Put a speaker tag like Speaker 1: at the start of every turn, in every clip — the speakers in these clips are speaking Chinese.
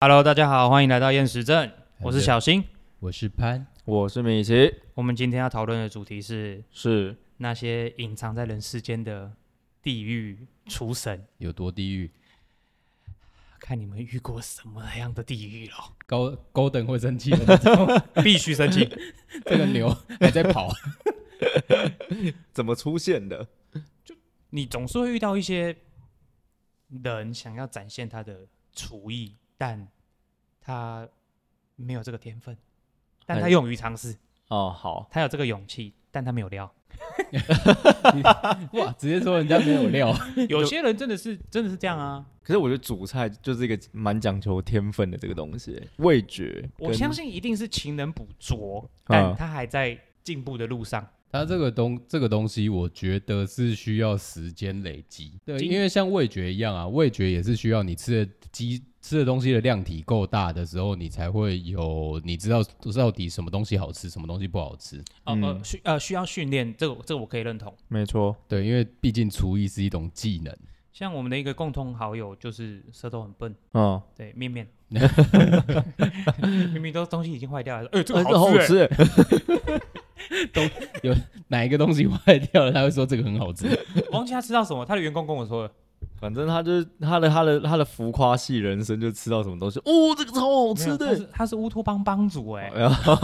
Speaker 1: Hello，大家好，欢迎来到厌食症，我是小新。
Speaker 2: 我是潘，
Speaker 3: 我是米奇，
Speaker 1: 我们今天要讨论的主题是
Speaker 3: 是
Speaker 1: 那些隐藏在人世间的地狱厨神。
Speaker 2: 有多地狱？
Speaker 1: 看你们遇过什么样的地狱 了？
Speaker 2: 高高等会生气的那 种，
Speaker 1: 必须生气。
Speaker 2: 这个牛还在跑，
Speaker 3: 怎么出现的？
Speaker 1: 你总是会遇到一些人想要展现他的厨艺，但他没有这个天分，但他
Speaker 3: 哎
Speaker 1: 勇于尝试，
Speaker 3: 哦，好，
Speaker 1: 他有这个勇气，但他没有 料。
Speaker 2: 哇，直接说人家没有料，
Speaker 1: 有些人真的是真的是这样啊！
Speaker 3: 可是我觉得煮菜就是一个蛮讲求天分的这个东西，味觉。
Speaker 1: 我相，信一定是勤能补拙，
Speaker 3: 嗯
Speaker 1: 但他还在进步的路上。
Speaker 2: 它这个东这个东西，我觉得是需要时间累积。对，
Speaker 1: 经
Speaker 2: 因为像味觉一样啊，味觉也是需要你吃的鸡吃的东西的量体够大的时候，你才会有你知道到底什么东西好吃，什么东西不好吃。
Speaker 1: 哦、呃
Speaker 3: 嗯
Speaker 1: 需呃需要训练，这个这个我可以认同。
Speaker 3: 没错，
Speaker 2: 对，因为毕竟厨艺是一种技能。
Speaker 1: 像我们的一个共同好友就是舌头很笨，
Speaker 3: 嗯，
Speaker 1: 对面 面，明明都东西已经坏掉了，哎、这
Speaker 3: 哎
Speaker 1: 个
Speaker 3: 这好
Speaker 1: 好吃、欸，
Speaker 3: 吃欸，
Speaker 2: 哪一个东西坏掉了，他会说这个很好吃。
Speaker 1: 我哎忘记他吃到什么，他的员工跟我说的，
Speaker 3: 反正他就是他的他的他的浮夸系人生，就吃到什么东西，哦，这个超好吃
Speaker 1: 没有他
Speaker 3: 的，
Speaker 1: 是他是乌托邦帮主哎、
Speaker 3: 哎呀，
Speaker 2: 偷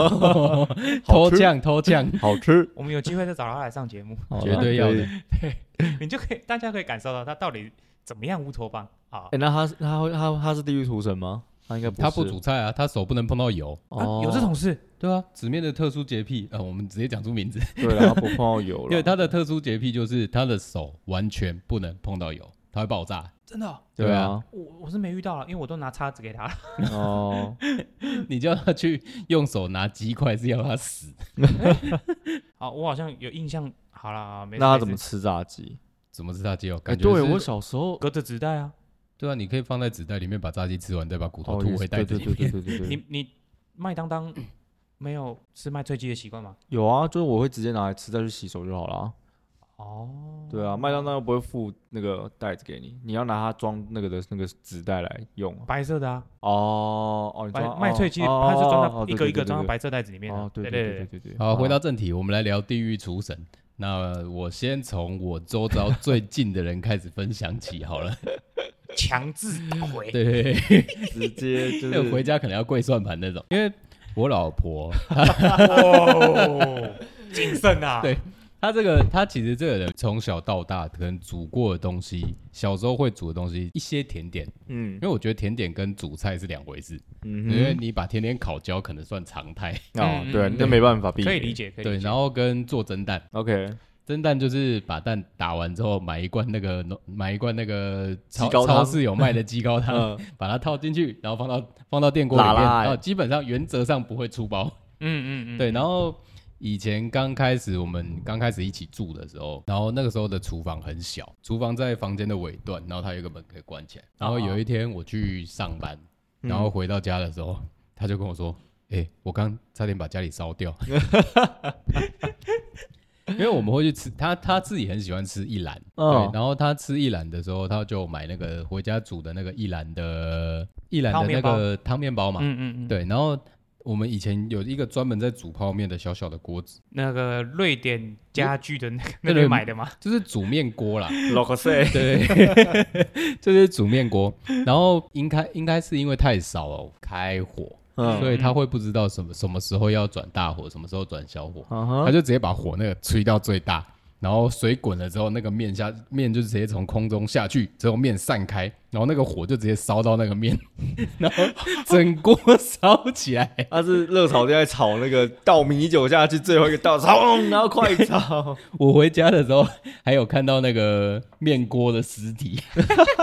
Speaker 3: 好吃
Speaker 2: 酱偷酱，
Speaker 3: 好吃，
Speaker 1: 我们有机会再找他来上节目，
Speaker 3: 好啦
Speaker 2: 绝对要。
Speaker 3: 可以
Speaker 2: 的。
Speaker 1: 你就可以大家可以感受到他到底怎么样乌托邦啊。
Speaker 3: 哎，那他是他会他他是地狱厨神吗？他应该
Speaker 2: 他
Speaker 3: 不
Speaker 2: 不
Speaker 3: 是
Speaker 2: 煮，菜啊，他手不能碰到油。
Speaker 3: 哦
Speaker 1: 啊，有这种事，
Speaker 2: 对啊，纸面的特殊洁癖，呃，我们直接讲出名字，
Speaker 3: 对了，他不碰到油
Speaker 2: 因
Speaker 3: 了，
Speaker 2: 为他的特殊洁癖就是他的手完全不能碰到油，它会爆炸。
Speaker 1: 真的哦、
Speaker 3: 对啊，
Speaker 1: 我我是没遇到了，因为我都拿叉子给他，
Speaker 3: 哦，
Speaker 2: 你叫他去用手拿鸡块是要他死。
Speaker 1: 好，我好像有印象，好啦，没事
Speaker 3: 那他
Speaker 1: 没
Speaker 3: 怎么
Speaker 1: 事
Speaker 3: 吃炸鸡？
Speaker 2: 怎么是他肌肉？
Speaker 3: 哎，
Speaker 2: 感觉
Speaker 3: 对
Speaker 2: 是
Speaker 3: 我小时候
Speaker 1: 隔着纸袋啊？
Speaker 2: 对啊，你可以放在纸袋里面把炸鸡吃完，再把骨头
Speaker 3: 哦，
Speaker 2: 吐
Speaker 3: 也
Speaker 2: 回
Speaker 3: 是
Speaker 2: 袋
Speaker 3: 对
Speaker 2: 子
Speaker 3: 对
Speaker 2: 里
Speaker 3: 对
Speaker 2: 面。
Speaker 3: 对对对对，
Speaker 1: 你你麦当当没有吃麦脆鸡的习惯吗？
Speaker 3: 有啊，就是我会直接拿来吃，再去洗手就好了啊。
Speaker 1: 哦，
Speaker 3: 对啊，麦当当又不会附那个袋子给你，你要拿它装那个的那个纸袋来用啊。
Speaker 1: 白色的啊，
Speaker 3: 哦哦，你
Speaker 1: 白
Speaker 3: 装
Speaker 1: 麦脆鸡它是装到一个一个装到。
Speaker 3: 哦
Speaker 1: 白色袋子里面的
Speaker 3: 哦，对
Speaker 1: 对
Speaker 3: 对
Speaker 1: 对
Speaker 3: 对对哦对。
Speaker 2: 好，回到正题，我们来聊地狱厨神。那我先从我周 遭最近的人开始分享起好了。
Speaker 1: 对，强制打回，
Speaker 2: 对，
Speaker 3: 直接就
Speaker 2: 那 个回
Speaker 3: 是
Speaker 2: 家可能要跪算盘那种，因为我老婆
Speaker 1: 哦，谨慎啊，
Speaker 2: 对他这个，他其实这个人从小到大，可能煮过的东西，小时候会煮的东西，一些甜点，
Speaker 3: 嗯
Speaker 2: 因为我觉得甜点跟煮菜是两回事，
Speaker 3: 嗯
Speaker 2: 因为
Speaker 3: 哼，
Speaker 2: 你把甜点烤焦可能算常态，
Speaker 3: 哦
Speaker 1: 嗯
Speaker 3: 对
Speaker 1: 嗯，
Speaker 3: 那
Speaker 1: 嗯
Speaker 3: 没办法避免，
Speaker 1: 可以理解，可以
Speaker 2: 对，
Speaker 1: 理解
Speaker 2: 然后跟做蒸蛋，
Speaker 3: OK，
Speaker 2: 蒸蛋就是把蛋打完之后，买一罐那个 浓买一罐那个超
Speaker 3: 鸡高汤
Speaker 2: 超市有卖的鸡高汤，
Speaker 3: 嗯
Speaker 2: 把它套进去，然后放到放到电锅里面，
Speaker 3: 辣辣欸
Speaker 2: 然后基本上原则上不会出包。
Speaker 1: 嗯嗯嗯，
Speaker 2: 对，然
Speaker 1: 后
Speaker 2: 后以前刚开始我们刚开始一起住的时候，然后那个时候的厨房很小，厨房在房间的尾段，然后它有一个门可以关起来。然后有一天我去上班，
Speaker 3: 嗯
Speaker 2: 然后回到家的时候，他就跟我说：“哎、我刚差点把家里烧掉。”因为我们会去吃，他他自己很喜欢吃一兰，
Speaker 3: 哦
Speaker 2: 对，然后他吃一兰的时候，他就买那个回家煮的那个一兰的一兰
Speaker 1: 汤
Speaker 2: 的那
Speaker 1: 面包
Speaker 2: 个汤面包嘛，
Speaker 1: 嗯嗯嗯，
Speaker 2: 对，然后我们以前有一个专门在煮泡面的小小的锅子，
Speaker 1: 那个瑞典家具的那个那边
Speaker 2: 对对
Speaker 1: 买的吗？
Speaker 2: 就是煮面锅 啦，
Speaker 3: lock say，
Speaker 2: 对，就是煮面锅。然后应该应该是因为太少了开火，
Speaker 3: 嗯
Speaker 2: 所以他会不知道什么什么时候要转大火，什么时候转小火，
Speaker 3: 嗯
Speaker 2: 他
Speaker 3: 哼，
Speaker 2: 就直接把火那个吹到最大。然后水滚了之后，那个面下面就直接从空中下去，之后面散开，然后那个火就直接烧到那个面， 然后整锅烧起来。
Speaker 3: 他是热炒店在炒那个倒米酒下去，最后一个 倒炒，然后快炒，
Speaker 2: 我回家的时候还有看到那个面锅的尸体，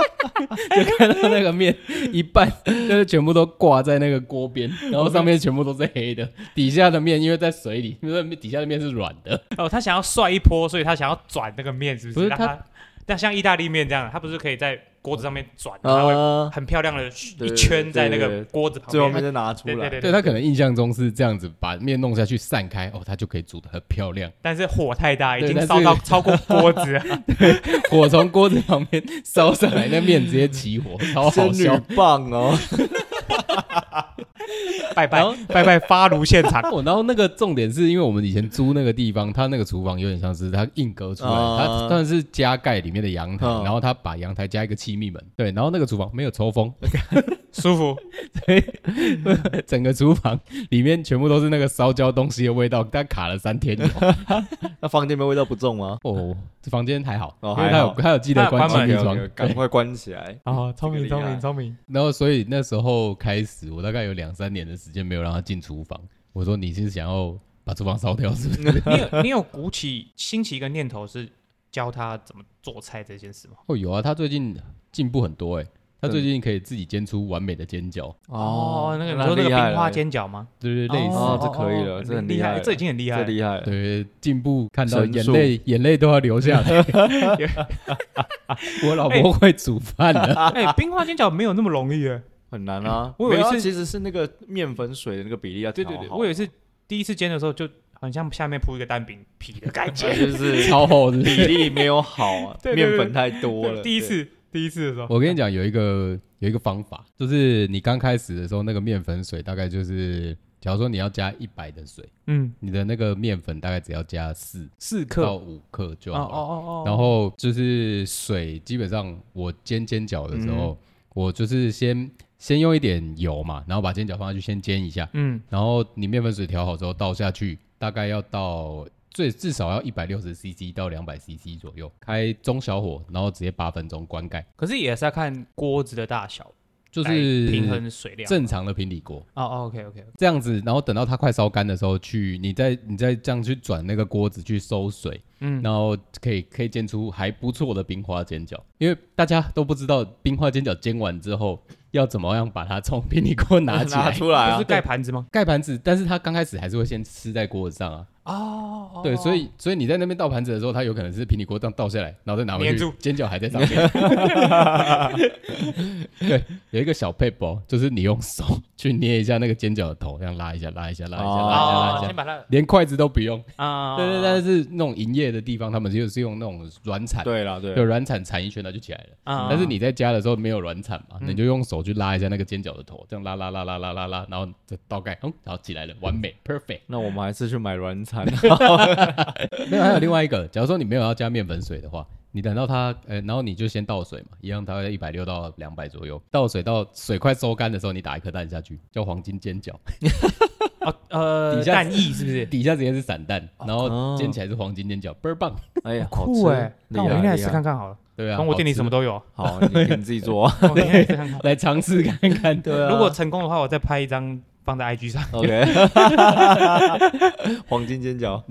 Speaker 2: 就看到那个面一半就是全部都挂在那个锅边，然后上面全部都是黑的，底下的面因为在水里，因为底下的面是软的，
Speaker 1: 哦，他想要帅一波，所以他想要转那个面，是不
Speaker 2: 不是
Speaker 1: 让
Speaker 2: 他
Speaker 1: 他，但像意大利面这样，他不是可以在锅子上面转，然后会
Speaker 3: 啊，
Speaker 1: 很漂亮的
Speaker 3: 对
Speaker 1: 一圈在那
Speaker 3: 对
Speaker 1: 个
Speaker 3: 对
Speaker 1: 锅子旁
Speaker 3: 最后面
Speaker 1: 边。
Speaker 3: 再拿出
Speaker 1: 对对
Speaker 3: 来，
Speaker 1: 对
Speaker 2: 对他可能印象中是这样子，把面弄下去散开，哦，它就可以煮的很漂亮，
Speaker 1: 但是火太大，已
Speaker 2: 对
Speaker 1: 经
Speaker 2: 但是
Speaker 1: 烧到超过锅子了。
Speaker 2: 火从锅子旁边烧上来，那面直接起火，超好
Speaker 3: 仙
Speaker 2: 笑。
Speaker 3: 女棒哦，
Speaker 1: 拜拜
Speaker 2: 然后
Speaker 1: 拜拜发炉现场，
Speaker 2: 我哦然后那个重点是因为我们以前租那个地方，它那个厨房有点像是它硬隔出来，它
Speaker 4: 哦
Speaker 2: 当然是加盖里面的阳台，
Speaker 4: 哦
Speaker 2: 然后它把阳台加一个气密门，对，然后那个厨房没有抽风，
Speaker 1: 舒服。
Speaker 2: 整个厨房里面全部都是那个烧焦东西的味道，但卡了三天有
Speaker 4: 那房间里面味道不重吗？
Speaker 2: 哦，这房间还好，
Speaker 4: 哦
Speaker 2: 因为它
Speaker 4: 还
Speaker 2: 有
Speaker 4: 好
Speaker 2: 它有记得
Speaker 1: 它
Speaker 2: 关机
Speaker 1: 有
Speaker 2: 密
Speaker 1: 关
Speaker 2: 窗，
Speaker 3: 赶
Speaker 2: 对
Speaker 3: 快关起来。
Speaker 1: 啊，
Speaker 2: 哦
Speaker 1: 聪明
Speaker 3: 这个厉
Speaker 1: 聪
Speaker 3: 害
Speaker 1: 明聪明，
Speaker 2: 然后所以那时候开始，我大概有两三年的时间没有让他进厨房，我说你是想要把厨房烧掉是不是？
Speaker 1: 你有你有鼓起兴起一个念头是教他怎么做菜这件事吗？
Speaker 2: 哦，有啊，他最近进步很多哎、他最近可以自己煎出完美的煎饺，
Speaker 1: 哦，那个你
Speaker 3: 那
Speaker 1: 说那个
Speaker 3: 厉害
Speaker 1: 冰花
Speaker 3: 了
Speaker 1: 煎饺吗？
Speaker 2: 对对对，类似，
Speaker 3: 哦这可以了
Speaker 1: 哦
Speaker 3: 这很
Speaker 1: 厉
Speaker 3: 厉害了
Speaker 1: 这已经很厉害了。
Speaker 3: 这厉害了，
Speaker 2: 对进步看到
Speaker 3: 神
Speaker 2: 眼
Speaker 3: 速
Speaker 2: 泪眼泪都要流下来。我老婆会煮 饭的，
Speaker 1: 哎，冰花煎饺没有那么容易哎。
Speaker 3: 很难啊。
Speaker 1: 我有一
Speaker 3: 没啊
Speaker 1: 次
Speaker 3: 其实是那个面粉水的那个比例啊，
Speaker 1: 对对对，我有一次第一次煎的时候，就很像下面铺一个蛋饼皮的感 觉。
Speaker 3: 就是
Speaker 2: 超厚是不是
Speaker 3: 比例没有好啊，
Speaker 1: 对对对
Speaker 3: 面粉太 多了。
Speaker 1: 第一
Speaker 3: 对
Speaker 1: 次第一次的时候，
Speaker 2: 我跟你讲，有一个有一个方法，就是你刚开始的时候，那个面粉水大概就是，假如说你要加一百的水，
Speaker 1: 嗯，
Speaker 2: 你的那个面粉大概只要加四
Speaker 1: 四克
Speaker 2: 到
Speaker 1: 哦
Speaker 2: 五克就
Speaker 1: 哦
Speaker 2: 好了。
Speaker 1: 哦哦，
Speaker 2: 然后就是水，基本上我煎煎饺的时候，
Speaker 1: 嗯
Speaker 2: 我就是先先用一点油嘛，然后把煎饺放下去先煎一下，
Speaker 1: 嗯
Speaker 2: 然后你面粉水调好之后倒下去，大概要到最至少要一百六十 CC 到两百 CC 左右，开中小火，然后直接八分钟关盖，
Speaker 1: 可是也是要看锅子的大小，
Speaker 2: 就
Speaker 1: 来
Speaker 2: 是
Speaker 1: 平衡水量。
Speaker 2: 正常的平底锅。
Speaker 1: 哦哦，OK OK，
Speaker 2: 这样子，然后等到它快烧干的时候去，你再你再这样去转那个锅子去收水，
Speaker 1: 嗯，
Speaker 2: 然后可以可以煎出还不错的冰花煎饺，因为大家都不知道冰花煎饺煎完之后要怎么样把它从平底锅拿起
Speaker 4: 拿
Speaker 2: 来。
Speaker 4: 出来
Speaker 1: 不
Speaker 4: 啊
Speaker 1: 是！盖盘子吗？
Speaker 2: 盖盘子，但是它刚开始还是会先吃在锅子上啊，
Speaker 1: 哦，
Speaker 2: 对，所以所以你在那边倒盘子的时候，它有可能是平底锅这样倒下来，然后再拿回
Speaker 1: 粘
Speaker 2: 去
Speaker 1: 住，
Speaker 2: 煎饺还在上 面。对，有一个小配包，就是你用手 去捏一下那个煎饺的头，这样拉一下，拉一下，拉一下，
Speaker 4: 哦
Speaker 2: 拉一下，拉
Speaker 1: 哦，
Speaker 2: 一下
Speaker 1: 先，把它
Speaker 2: 连筷子都不用。
Speaker 1: 啊，
Speaker 2: 对对，但是那种营业的地方，他们就是用那种软铲，
Speaker 3: 对啦，对
Speaker 2: 有
Speaker 3: 啦，
Speaker 2: 软铲铲一圈它就起来了。
Speaker 1: 啊
Speaker 2: 但是你在家的时候没有软铲嘛，
Speaker 1: 嗯
Speaker 2: 你就用手去拉一下那个煎饺的头，这样拉拉拉拉拉拉拉，然后再倒盖，嗯，然后起来了，完美，perfect。
Speaker 3: 那我们还是去买软 餐。
Speaker 2: 没有，还有另外一个，假如说你没有要加面粉水的话，你等到它，呃，然后你就先倒水嘛，一样大概一百六到两百左右，倒水到水快收干的时候，你打一颗蛋下去，叫黄金煎饺，
Speaker 1: 哦呃
Speaker 2: 底下
Speaker 1: 蛋液是不 是？
Speaker 2: 底下直接是散蛋，然后
Speaker 3: 哦
Speaker 2: 煎起来是黄金煎饺，倍儿棒，
Speaker 3: 哎呀，好
Speaker 1: 酷
Speaker 3: 吃
Speaker 1: 哎，那我明天来试看
Speaker 3: 看。
Speaker 1: 看好了，
Speaker 2: 对 啊。
Speaker 1: 反正我店里什么
Speaker 2: 都
Speaker 1: 都 有，
Speaker 3: 好，你你自己 做啊。
Speaker 1: 我明天来试看看。
Speaker 2: 来尝试看看，
Speaker 4: 对啊
Speaker 1: 如果成功的话，我再拍一张放在 IG 上。
Speaker 4: OK，黄金煎饺，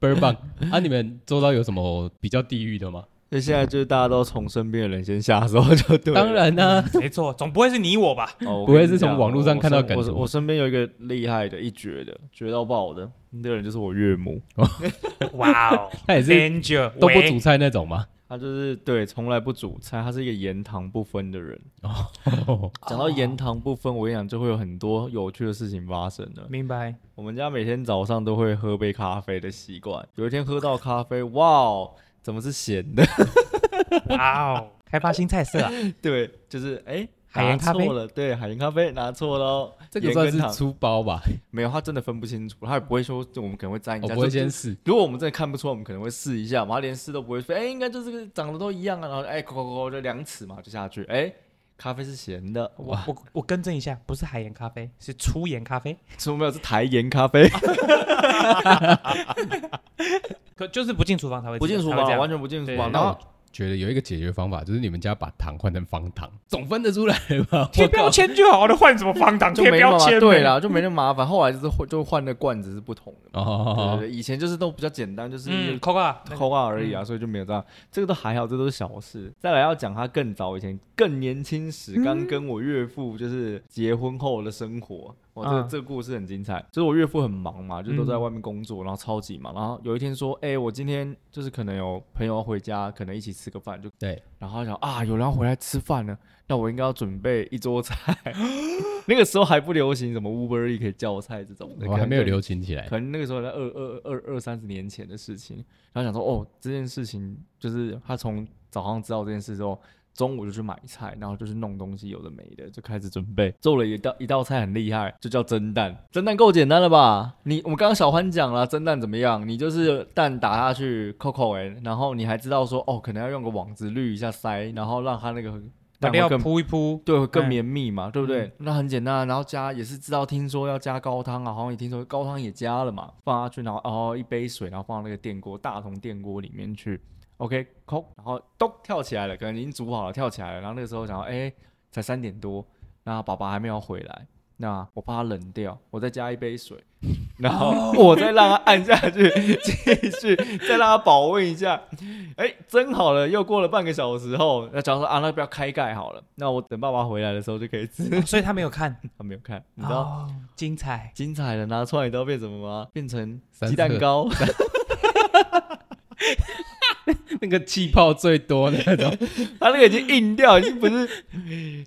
Speaker 2: 倍儿棒。 啊，你们周遭有什么比较地狱的吗？
Speaker 4: 就现在就是大家都从身边的人先下手就对了。
Speaker 2: 当然啊啦、
Speaker 1: 没错，总不会是你我吧？
Speaker 3: 哦我
Speaker 2: 不会
Speaker 3: 跟你
Speaker 2: 是从
Speaker 3: 讲
Speaker 2: 网络上
Speaker 3: 我
Speaker 2: 看到
Speaker 3: 身
Speaker 2: 梗
Speaker 3: 我
Speaker 2: 图
Speaker 3: 我身边有一个厉害的，一绝的，绝到爆的，那个人就是我岳母，
Speaker 1: 哇哦，
Speaker 2: 他也是
Speaker 1: Danger
Speaker 2: 都不煮
Speaker 1: 喂
Speaker 2: 菜那种吗？
Speaker 3: 她就是对从来不煮菜，她是一个盐糖不分的人。
Speaker 2: 哦，
Speaker 3: 讲到盐糖不分，我跟你讲，就会有很多有趣的事情发生了。
Speaker 1: 明白。
Speaker 3: 我们家每天早上都会喝杯咖啡的习惯，有一天喝到咖啡，哇哦，怎么是咸的？
Speaker 1: 哇哦， 开发新菜色啊！
Speaker 3: 对，就是哎，
Speaker 1: 海盐咖啡
Speaker 3: 拿错了，对，海盐咖啡拿错了哦，
Speaker 2: 这个
Speaker 3: 盐
Speaker 2: 算
Speaker 3: 跟
Speaker 2: 是
Speaker 3: 糖
Speaker 2: 粗包吧？
Speaker 3: 没有，他真的分不清楚，他也不会说就我们可能会沾一
Speaker 2: 我
Speaker 3: 下，
Speaker 2: 哦不会
Speaker 3: 就
Speaker 2: 先试。
Speaker 3: 如果我们真的看不出来，我们可能会试一下嘛，他连试都不会说，哎、应该就是个长得都一样啊，然后哎，扣扣扣就两尺嘛，就下去，哎、咖啡是咸的，
Speaker 1: 我我我更正一下，不是海盐咖啡，是粗盐咖啡。
Speaker 3: 什么没有是台盐咖啡，
Speaker 1: 啊可就是不进厨房才会
Speaker 3: 不进厨
Speaker 1: 才会
Speaker 3: 房
Speaker 1: 这
Speaker 3: 啊，
Speaker 1: 样
Speaker 3: 完全不进厨
Speaker 1: 对
Speaker 3: 房，
Speaker 2: 那
Speaker 3: 然后
Speaker 2: 我觉得有一个解决方法，就是你们家把糖换成方糖，总分得出来吧？
Speaker 1: 贴标签就好了，换什么方糖
Speaker 3: 就
Speaker 1: 贴
Speaker 3: 没那
Speaker 1: 标
Speaker 3: 么麻
Speaker 1: 签？
Speaker 3: 对，啦，就没那么麻烦。后来就是换就换的罐子是不同的嘛，对
Speaker 2: 哦
Speaker 3: 对，对以前就是都比较简单，就是
Speaker 1: 啊嗯，Coca
Speaker 3: 抠啊而已
Speaker 1: 嗯
Speaker 3: 啊，所以就没有这样。这个都还好，这都是小事。再来要讲他更早以前、更年轻
Speaker 1: 嗯
Speaker 3: 时，刚跟我岳父就是结婚后的生活。哇，这个
Speaker 1: 嗯
Speaker 3: 这个故事很精彩。就是我岳父很忙嘛，就都在
Speaker 1: 嗯
Speaker 3: 外面工作，然后超级忙。然后有一天说：“哎，我今天就是可能有朋友要回家，可能一起吃个饭。”就
Speaker 2: 对。
Speaker 3: 然后他想啊，有人要回来吃饭呢，那我应该要准备一桌菜。 那个时候还不流行什么 Uber E 可以叫菜这种的，
Speaker 2: 我
Speaker 3: 可
Speaker 2: 还
Speaker 3: 能
Speaker 2: 没有
Speaker 3: 就
Speaker 2: 流行起 来。
Speaker 3: 可能那个时候在二二二二三十年前的事情，然后想说哦，这件事情就是他从早上知道这件事之后，中午就去买菜，然后就去弄东西，有的没的，就开始准备。做了一道一道菜很厉害，就叫蒸蛋。蒸蛋够简单了吧？你我们刚刚小欢讲了蒸蛋怎么样？你就是蛋打下去扣扣哎，然后你还知道说哦，可能要用个网子滤一下筛，然后让它那个
Speaker 1: 把
Speaker 2: 啊
Speaker 3: 蛋会
Speaker 1: 料
Speaker 3: 更
Speaker 1: 铺一 铺，
Speaker 3: 对，会更
Speaker 1: 嗯
Speaker 3: 绵密嘛，对不对？那很简单啊，然后加也是知道，听说要加高汤啊，好像也听说高汤也加了嘛，放下去，然后哦一杯水，然后放到那个电锅大铜电锅里面去，OK，扣，然后咚跳起来了，可能已经煮好了，跳起来了，然后那个时候想要，哎，才三点多，那爸爸还没有回来。那我怕它冷掉，我再加一杯水，然后我再让它按下去，继续再让它保温一下，哎，蒸好了，又过了半个小时后，那假如说啊，那不要开盖好了，那我等爸爸回来的时候就可以吃。
Speaker 1: 哦所以他没有看，
Speaker 3: 他没有看，你知道、
Speaker 1: 哦，精彩，
Speaker 3: 精彩的拿出来，你知道变什么吗？变成
Speaker 2: 三
Speaker 3: 鸡蛋
Speaker 2: 色
Speaker 3: 糕，
Speaker 2: 那个气泡最多的那 种，
Speaker 3: 它那个已经硬掉，已经不是，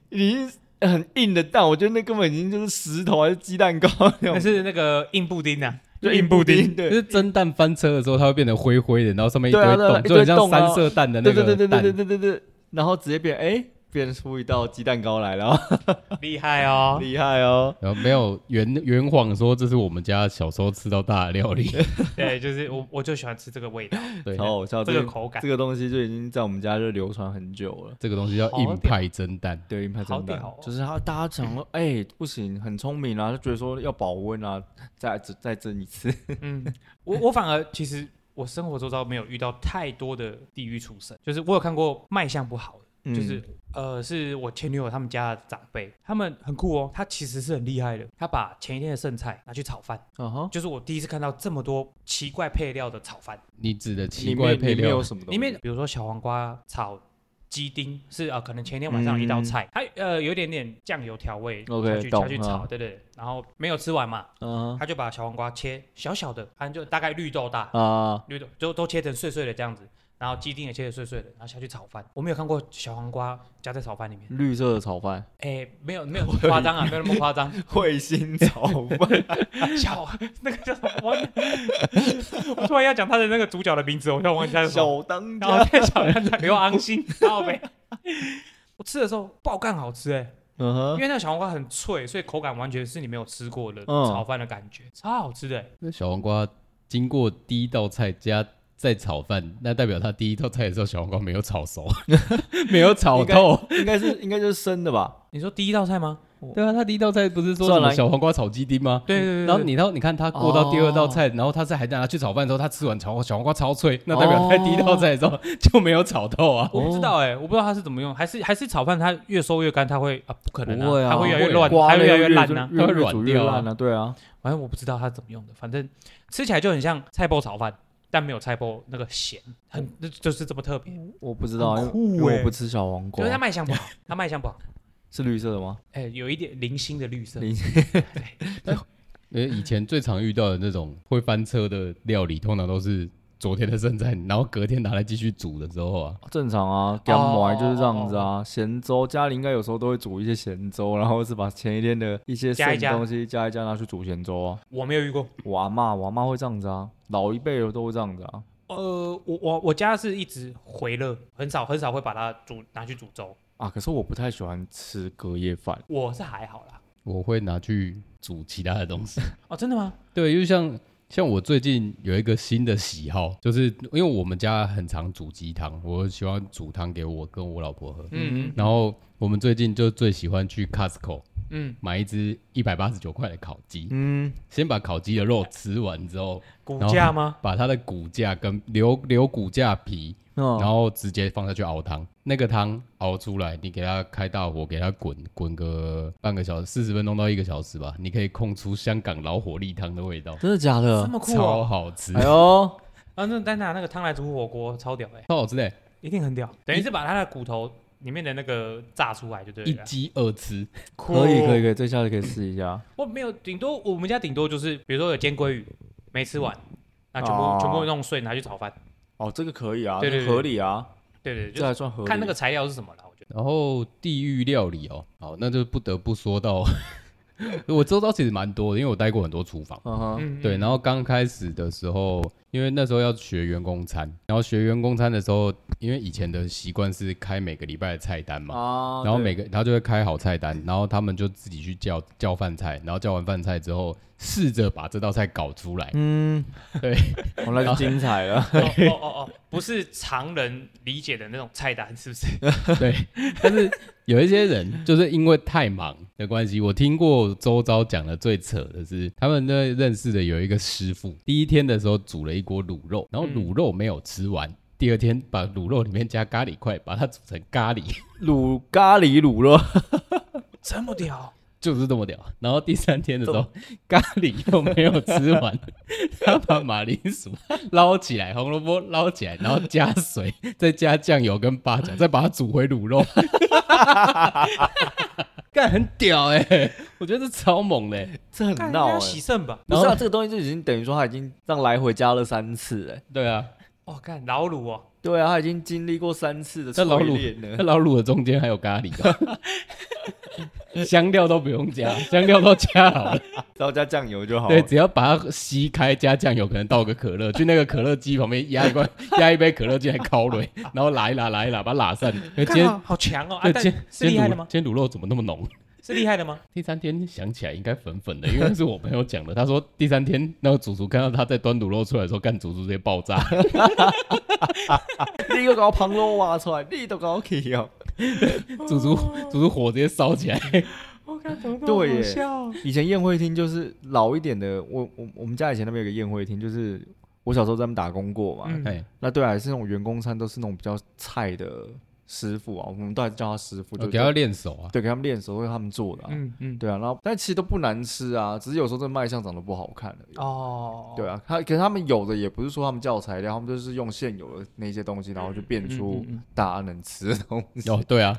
Speaker 3: 已经很硬的蛋，我觉得那根本已经就是石头还是鸡蛋糕那
Speaker 1: 那
Speaker 3: 种，
Speaker 1: 是那个硬布丁啊，
Speaker 3: 就硬布丁，
Speaker 2: 就
Speaker 3: 对。
Speaker 2: 是蒸蛋翻车的时候，它会变得灰灰的，然后上面一堆
Speaker 3: 对啊对
Speaker 2: 洞，
Speaker 3: 啊一
Speaker 2: 就很
Speaker 3: 堆
Speaker 2: 像
Speaker 3: 洞啊
Speaker 2: 三色蛋的那
Speaker 3: 对对
Speaker 2: 个
Speaker 3: 对对对对
Speaker 2: 蛋。
Speaker 3: 对对对，然后直接变哎、变出一道鸡蛋糕来了，
Speaker 1: 厉害哦，
Speaker 3: 厉害哦！
Speaker 2: 然后没有圆圆谎说这是我们家小时候吃到大的料 理，
Speaker 1: 对，就是我我就喜欢吃这个味道，
Speaker 2: 对，
Speaker 3: 超好笑，
Speaker 1: 这个口感
Speaker 3: 哦这个东西就已经在我们家就流传很久了。
Speaker 2: 这个东西叫硬派蒸蛋，
Speaker 3: 对，银牌
Speaker 1: 好
Speaker 3: 蒸蛋，
Speaker 1: 屌哦
Speaker 3: 就是他大家想说，哎、不行，很聪明啊，就觉得说要保温啊，再再再蒸一次。
Speaker 1: 嗯， 我我反而其实我生活周遭没有遇到太多的地狱畜生，就是我有看过卖相不好的。
Speaker 3: 嗯
Speaker 1: 就是呃，是我前女友他们家的长辈，他们很酷哦，他其实是很厉害的，他把前一天的剩菜拿去炒饭，
Speaker 3: 嗯哼，
Speaker 1: 就是我第一次看到这么多奇怪配料的炒饭，
Speaker 2: 你指的奇
Speaker 3: 里
Speaker 2: 怪
Speaker 3: 面
Speaker 2: 配
Speaker 3: 里面
Speaker 2: 料
Speaker 3: 有，什么东西？
Speaker 1: 里面比如说小黄瓜炒。鸡丁是啊、呃可能前一天晚上有一道菜，它呃有一点点酱油调味
Speaker 3: 嗯 OK，
Speaker 1: 下去
Speaker 3: 懂
Speaker 1: 下去炒，对对。然后没有吃完嘛，
Speaker 3: 嗯哼
Speaker 1: 他就把小黄瓜切小小的，反正就大概绿豆大，
Speaker 3: 啊，
Speaker 1: 绿豆都都切成碎碎的这样子，然后鸡丁也切得碎碎的，然后下去炒饭。我没有看过小黄瓜加在炒饭里面。
Speaker 3: 绿色的炒饭，
Speaker 1: 哎、没有没有那么夸张 啊，没有那么夸张。
Speaker 3: 彗星炒 饭，
Speaker 1: 小那个叫什么？我 我突然要讲他的那个主角的名字，我突然忘记他是什么。
Speaker 3: 小当
Speaker 1: 然后
Speaker 3: 家，
Speaker 1: 变小人家刘昂星，然后呗。 我吃的时候爆干好吃哎、
Speaker 3: 嗯
Speaker 1: 因
Speaker 3: 哼，
Speaker 1: 为那个小黄瓜很脆，所以口感完全是你没有吃过的
Speaker 3: 嗯
Speaker 1: 炒饭的感觉，超好吃的、欸。
Speaker 2: 那小黄瓜经过第一道菜加再炒饭，那代表它第一道菜的时候小黄瓜没有炒 熟，没有炒透。
Speaker 3: 应该是应该就是生的吧？
Speaker 1: 你说第一道菜吗？
Speaker 2: 对啊，他第一道菜不是说什
Speaker 3: 算
Speaker 2: 么
Speaker 3: 了
Speaker 2: 小黄瓜炒鸡丁吗？
Speaker 1: 对对对对
Speaker 2: 然后你到你看他过到第二道菜，然后他在还拿去炒饭的时候，他吃完炒小黄瓜超脆，那代表他在第一道菜的时候就没有炒透啊。
Speaker 1: 我不知道哎、我不知道它是怎么用，还是还是炒饭它越收越干，它会啊不可能
Speaker 3: 不会啊
Speaker 1: 它会越来越
Speaker 2: 不会啊
Speaker 1: 乱，
Speaker 3: 瓜
Speaker 1: 它会越来
Speaker 3: 类
Speaker 1: 越
Speaker 3: 越
Speaker 1: 烂
Speaker 3: 就
Speaker 1: 呐、
Speaker 3: 越
Speaker 2: 它会软
Speaker 3: 煮越
Speaker 2: 掉啊
Speaker 3: 烂啊，对啊，
Speaker 1: 反正我不知道它怎么用的，反正吃起来就很像菜包炒饭，但没有菜包那个咸，很那就是这么特别。
Speaker 3: 我不知道，
Speaker 1: 很
Speaker 3: 因为
Speaker 1: 酷
Speaker 3: 因为
Speaker 1: 欸
Speaker 3: 我不吃小黄
Speaker 1: 可
Speaker 3: 瓜
Speaker 1: 是，它卖相不好， 它卖相不好，
Speaker 3: 是绿色的吗？
Speaker 1: 哎、有一点零星的绿色，
Speaker 3: 零
Speaker 2: 因为以前最常遇到的那种会翻车的料理，通常都是昨天的剩菜，然后隔天拿来继续煮的时候啊，
Speaker 3: 正常啊，干嘛就是这样子啊。咸粥，家里应该有时候都会煮一些咸粥，然后是把前一天的一些剩
Speaker 1: 加一加
Speaker 3: 东西加一加，拿去煮咸粥啊。
Speaker 1: 我没有遇过。
Speaker 3: 我阿妈，我阿妈会这样子啊，老一辈的都会这样子啊。
Speaker 1: 呃，我我我家是一直回热，很少很少会把它煮拿去煮粥，
Speaker 3: 啊，可是我不太喜欢吃隔夜饭，
Speaker 1: 我是还好啦。
Speaker 2: 我会拿去煮其他的东西。
Speaker 1: 哦，真的吗？
Speaker 2: 对，就像像我最近有一个新的喜好，就是因为我们家很常煮鸡汤，我喜欢煮汤给我跟我老婆喝。
Speaker 1: 嗯
Speaker 2: 然后我们最近就最喜欢去 Costco
Speaker 1: 嗯，
Speaker 2: 买一只一百八十九块的烤鸡，
Speaker 3: 嗯，
Speaker 2: 先把烤鸡的肉吃完之后，
Speaker 1: 骨
Speaker 2: 然后
Speaker 1: 架吗？
Speaker 2: 把它的骨架跟留留骨架皮，然
Speaker 3: 哦，
Speaker 2: 后直接放下去熬汤。那个汤熬出来，你给它开大火，给它滚滚个半个小时，四十分钟到一个小时吧，你可以控出香港老火力汤的味道，
Speaker 3: 真的假
Speaker 1: 这
Speaker 3: 的？
Speaker 1: 么酷
Speaker 2: 超
Speaker 1: 哦！
Speaker 2: 好吃。
Speaker 3: 哎 呦，
Speaker 1: 啊，那再拿那个汤来煮火锅，超屌哎、
Speaker 2: 超好吃的，
Speaker 1: 一定很屌，等于是把它的骨头里面的那个炸出来就对
Speaker 2: 一
Speaker 1: 了。
Speaker 2: 鸡二吃，
Speaker 1: 可
Speaker 3: 可以可以可，以，这下子可以试一下。
Speaker 1: 我没有，顶多我们家顶多就是，比如说有煎鲑鱼没吃完，那全部、
Speaker 3: 哦
Speaker 1: 全部弄碎拿去炒饭。
Speaker 3: 哦，这个可以啊，
Speaker 1: 对对
Speaker 3: 这合理啊，
Speaker 1: 对对
Speaker 3: 这
Speaker 1: 对，
Speaker 3: 还算合
Speaker 1: 就
Speaker 3: 理。
Speaker 1: 看那个材料是什么了。我觉得
Speaker 2: 然后地狱料理哦，好，那就不得不说到 我周遭其实蛮多的，因为我待过很多厨房。
Speaker 3: 嗯哼，
Speaker 1: 嗯
Speaker 2: 对，然后刚开始的时候，因为那时候要学员工餐，然后学员工餐的时候，因为以前的习惯是开每个礼拜的菜单
Speaker 1: 哦
Speaker 2: 嘛，
Speaker 3: 啊
Speaker 2: 然后
Speaker 3: 对
Speaker 2: 每个他就会开好菜单，然后他们就自己去叫叫饭菜，然后叫完饭菜之后，试着把这道菜搞出来。
Speaker 3: 嗯，
Speaker 2: 对，
Speaker 3: 我那就精彩了。
Speaker 1: 哦哦哦哦，不是常人理解的那种菜单，是不是？
Speaker 2: 对，但是有一些人就是因为太忙的关系，我听过周遭讲的最扯的是，他们那认识的有一个师傅，第一天的时候煮了一锅卤肉，然后卤肉没有吃完。第二天把卤肉里面加咖喱块，把它煮成咖喱，
Speaker 3: 卤咖喱卤 肉，
Speaker 1: 这么屌，
Speaker 2: 就是这么屌。然后第三天的时候， 咖喱又没有吃完， 他把马铃薯捞起来，红萝卜捞起来，然后加水，再加酱油跟八角，再把它煮回卤肉。 干很屌哎、我觉得这超猛欸嘞、
Speaker 3: 这很
Speaker 1: 干
Speaker 3: 闹
Speaker 1: 要
Speaker 3: 哎、
Speaker 1: 洗肾吧？
Speaker 3: 不是
Speaker 2: 然
Speaker 3: 啊，
Speaker 2: 后
Speaker 3: 这个东西就已经等于说他已经让来回加了三次哎、
Speaker 2: 对啊，
Speaker 1: 哦，干老卤哦，
Speaker 3: 对啊，他已经经历过三次的
Speaker 2: 在老
Speaker 3: 淬
Speaker 2: 卤
Speaker 3: 炼了
Speaker 2: 那。老卤的中间还有咖喱、哦， 香料都不用加，香料都加好了。
Speaker 3: 只要加酱油就好了。
Speaker 2: 对，只要把它吸开，加酱油，可能倒个可乐，去那个可乐机旁边压一罐， 压一杯可乐进来烤蕊， 然后拉一拉，拉一拉，把它拉散。今
Speaker 1: 干
Speaker 2: 天
Speaker 1: 好好强哦！啊
Speaker 2: 对，，
Speaker 1: 但
Speaker 2: 今天
Speaker 1: 是
Speaker 2: 今
Speaker 1: 厉害
Speaker 2: 天
Speaker 1: 的
Speaker 2: 卤
Speaker 1: 吗？
Speaker 2: 今天卤肉怎么那么浓？
Speaker 1: 是厉害的吗？
Speaker 2: 第三天想起来应该粉粉的，因为那是我朋友讲的。他说第三天那个祖祖看到他在端卤肉出来的时候，干祖祖直接 爆炸。
Speaker 3: 你又搞旁路挖出来，你都搞起哦。
Speaker 2: 祖祖祖祖火直接烧起
Speaker 1: 哦
Speaker 2: 来，
Speaker 1: 我看怎么
Speaker 3: 么对耶好以前宴会厅就是老一点的，我我我们家以前那边有个宴会厅，就是我小时候在那边打工过嘛。
Speaker 1: 嗯
Speaker 2: 哎，
Speaker 3: 那对啊，也是那种员工餐，都是那种比较菜的师傅啊，我们都还是叫他师傅，就
Speaker 2: 给他练手啊。
Speaker 3: 对给他们练手，为他们做的、啊。
Speaker 1: 嗯嗯，
Speaker 3: 对啊，然后但其实都不难吃啊，只是有时候这卖相长得不好看而已。
Speaker 1: 哦，
Speaker 3: 对啊，他可是他们有的也不是说他们教材料，他们就是用现有的那些东西，然后就变
Speaker 1: 嗯，
Speaker 3: 出
Speaker 1: 嗯嗯
Speaker 3: 大家能吃的东西。
Speaker 2: 哦，对啊，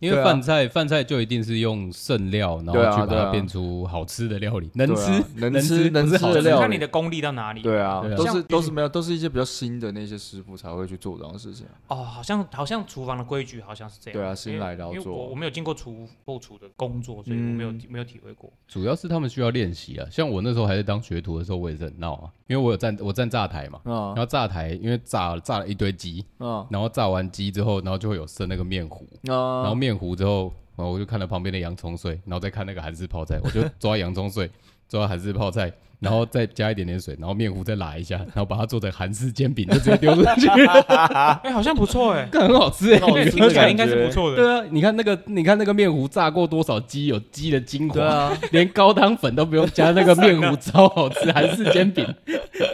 Speaker 2: 因
Speaker 3: 对
Speaker 2: 为
Speaker 3: 啊
Speaker 2: 饭菜、饭菜就一定是用剩料，然后
Speaker 3: 对啊
Speaker 2: 去把
Speaker 3: 对啊
Speaker 2: 它变出好吃的料理，能
Speaker 3: 对啊
Speaker 2: 吃
Speaker 3: 能吃
Speaker 2: 吃
Speaker 3: 能
Speaker 2: 不是
Speaker 3: 吃
Speaker 2: 好
Speaker 3: 的
Speaker 1: 嗯
Speaker 3: 料理
Speaker 1: 看你的功力到哪里。
Speaker 3: 对啊，
Speaker 2: 对啊
Speaker 3: 都是
Speaker 1: 像
Speaker 3: 都是没有，都是一些比较新的那些师傅才会去做这种事情啊。
Speaker 1: 哦，好像好像厨房的规矩好像是这样。
Speaker 3: 对啊新来的要
Speaker 1: 因为因为
Speaker 3: 做嗯
Speaker 1: 我我没有经过厨后厨的工作，所以我没有、没有体会过。
Speaker 2: 主要是他们需要练习啊。像我那时候还在当学徒的时候，我也是很闹啊，因为我有站我站炸台嘛，
Speaker 3: 啊
Speaker 1: 嗯
Speaker 2: 然后炸台因为炸炸了一堆鸡，
Speaker 3: 啊
Speaker 2: 然后炸完鸡之后，然后就会有剩那个面糊，然后
Speaker 3: 啊！
Speaker 2: 面糊之后，然后我就看了旁边的洋葱碎，然后再看那个韩式泡菜，我就抓洋葱碎， 抓韩式泡菜，然后再加一点点水，然后面糊再拉一下，然后把它做成韩式煎饼，就直接丢出去，
Speaker 1: 哎、好像不错 哎、
Speaker 2: 看 很好吃哎、
Speaker 1: 那我
Speaker 3: 哦
Speaker 2: 欸。
Speaker 1: 听起来应该是不错的。
Speaker 2: 对啊，你看那个，你看那个面糊炸过多少鸡，有鸡的精
Speaker 3: 对
Speaker 2: 华，
Speaker 3: 啊，
Speaker 2: 连高汤粉都不用加，那个 面糊超好吃，韩式煎饼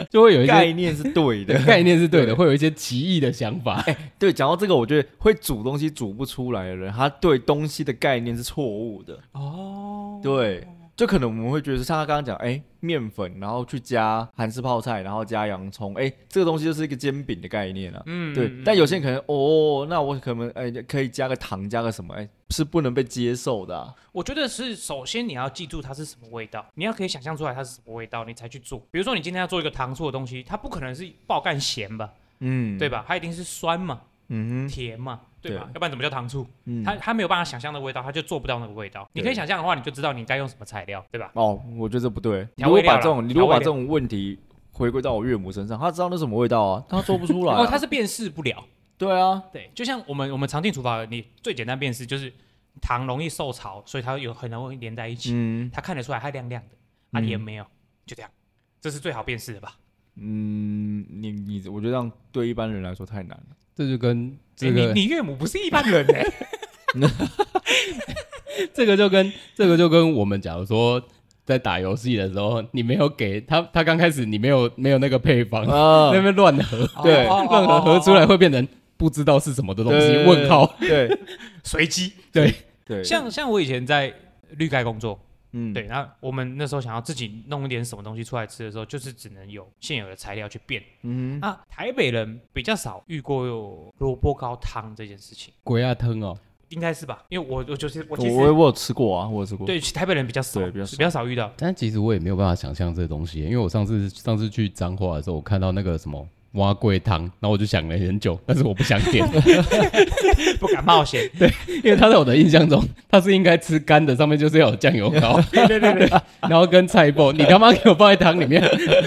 Speaker 2: 就会有一
Speaker 3: 概
Speaker 2: 些
Speaker 3: 念是对的
Speaker 2: 对。概念是对哎的，会有一些奇异的想法。
Speaker 3: 对，讲到这个，我觉得会煮东西煮不出来的人，他对东西的概念是错误的。
Speaker 1: 哦，
Speaker 3: 对，就可能我们会觉得，像他刚刚讲，哎，面粉，然后去加韩式泡菜，然后加洋葱，哎，这个东西就是一个煎饼的概念啊。
Speaker 1: 嗯
Speaker 3: 对，但有些人可能哦，那我可能哎可以加个糖，加个什么，哎，是不能被接受的啊。
Speaker 1: 我觉得是，首先你要记住它是什么味道，你要可以想象出来它是什么味道，你才去做。比如说你今天要做一个糖醋的东西，它不可能是爆干咸吧，
Speaker 3: 嗯，
Speaker 1: 对，吧？它一定是酸嘛、
Speaker 3: 嗯哼，
Speaker 1: 甜嘛，对吧？
Speaker 3: 对
Speaker 1: 要不然怎么叫糖醋？
Speaker 3: 嗯
Speaker 1: 它它没有办法想象的味道，它就做不到那个味道。你可以想象的话，你就知道你该用什么材料，对吧？
Speaker 3: 哦，我觉得这不对。你
Speaker 1: 调
Speaker 3: 如果
Speaker 1: 味
Speaker 3: 把
Speaker 1: 料啦
Speaker 3: 这种，你如果
Speaker 1: 调味料
Speaker 3: 把这种问题回归到我岳母身上，她知道那什么味道啊，她做不出来、啊。
Speaker 1: 哦，它是辨识不了。
Speaker 3: 对啊，
Speaker 1: 对，就像我们我们常进厨房，你最简单辨识就是糖容易受潮，所以它有很容易连在一起。
Speaker 3: 嗯
Speaker 1: 它看得出来它亮亮的，啊
Speaker 3: 嗯
Speaker 1: 盐没有，就这样，这是最好辨识的吧？
Speaker 3: 嗯，你你，我觉得这样对一般人来说太难了。
Speaker 2: 这就跟这
Speaker 1: 诶
Speaker 2: 个
Speaker 1: 你你岳母不是一般人 哎、
Speaker 2: 这个就跟这个就跟我们假如说在打游戏的时候，你没有给他，他刚开始你没有没有那个配 方，
Speaker 3: 啊
Speaker 2: 在那边乱合，
Speaker 3: 对
Speaker 1: 哦
Speaker 2: 乱合合出来会变成不知道是什么的东西，
Speaker 3: 对
Speaker 2: 问号。，
Speaker 3: 对对
Speaker 1: 随机。
Speaker 2: 对，
Speaker 3: 对，
Speaker 1: 像像我以前在绿盖工作，
Speaker 3: 嗯
Speaker 1: 对，那我们那时候想要自己弄一点什么东西出来吃的时候，就是只能有现有的材料去变。
Speaker 3: 嗯哼，
Speaker 1: 啊，台北人比较少遇过有萝卜糕汤这件事情，
Speaker 2: 鬼压汤哦，
Speaker 1: 应该是吧？因为我我就是我其
Speaker 3: 我
Speaker 1: 实
Speaker 3: 我有吃过啊，我有吃过。
Speaker 1: 对台北人比较少，
Speaker 3: 对比较少
Speaker 1: 比较少遇到。
Speaker 2: 但其实我也没有办法想象这个东西，因为我上次上次去彰化的时候，我看到那个什么蛙桂汤，然后我就想了很久，但是我不想 点，
Speaker 1: 不敢 冒险。
Speaker 2: 因为它在我的印象中，它是应该吃干的，上面就是要有酱油 膏，对对对然后跟菜包，你他妈给我放在汤里面，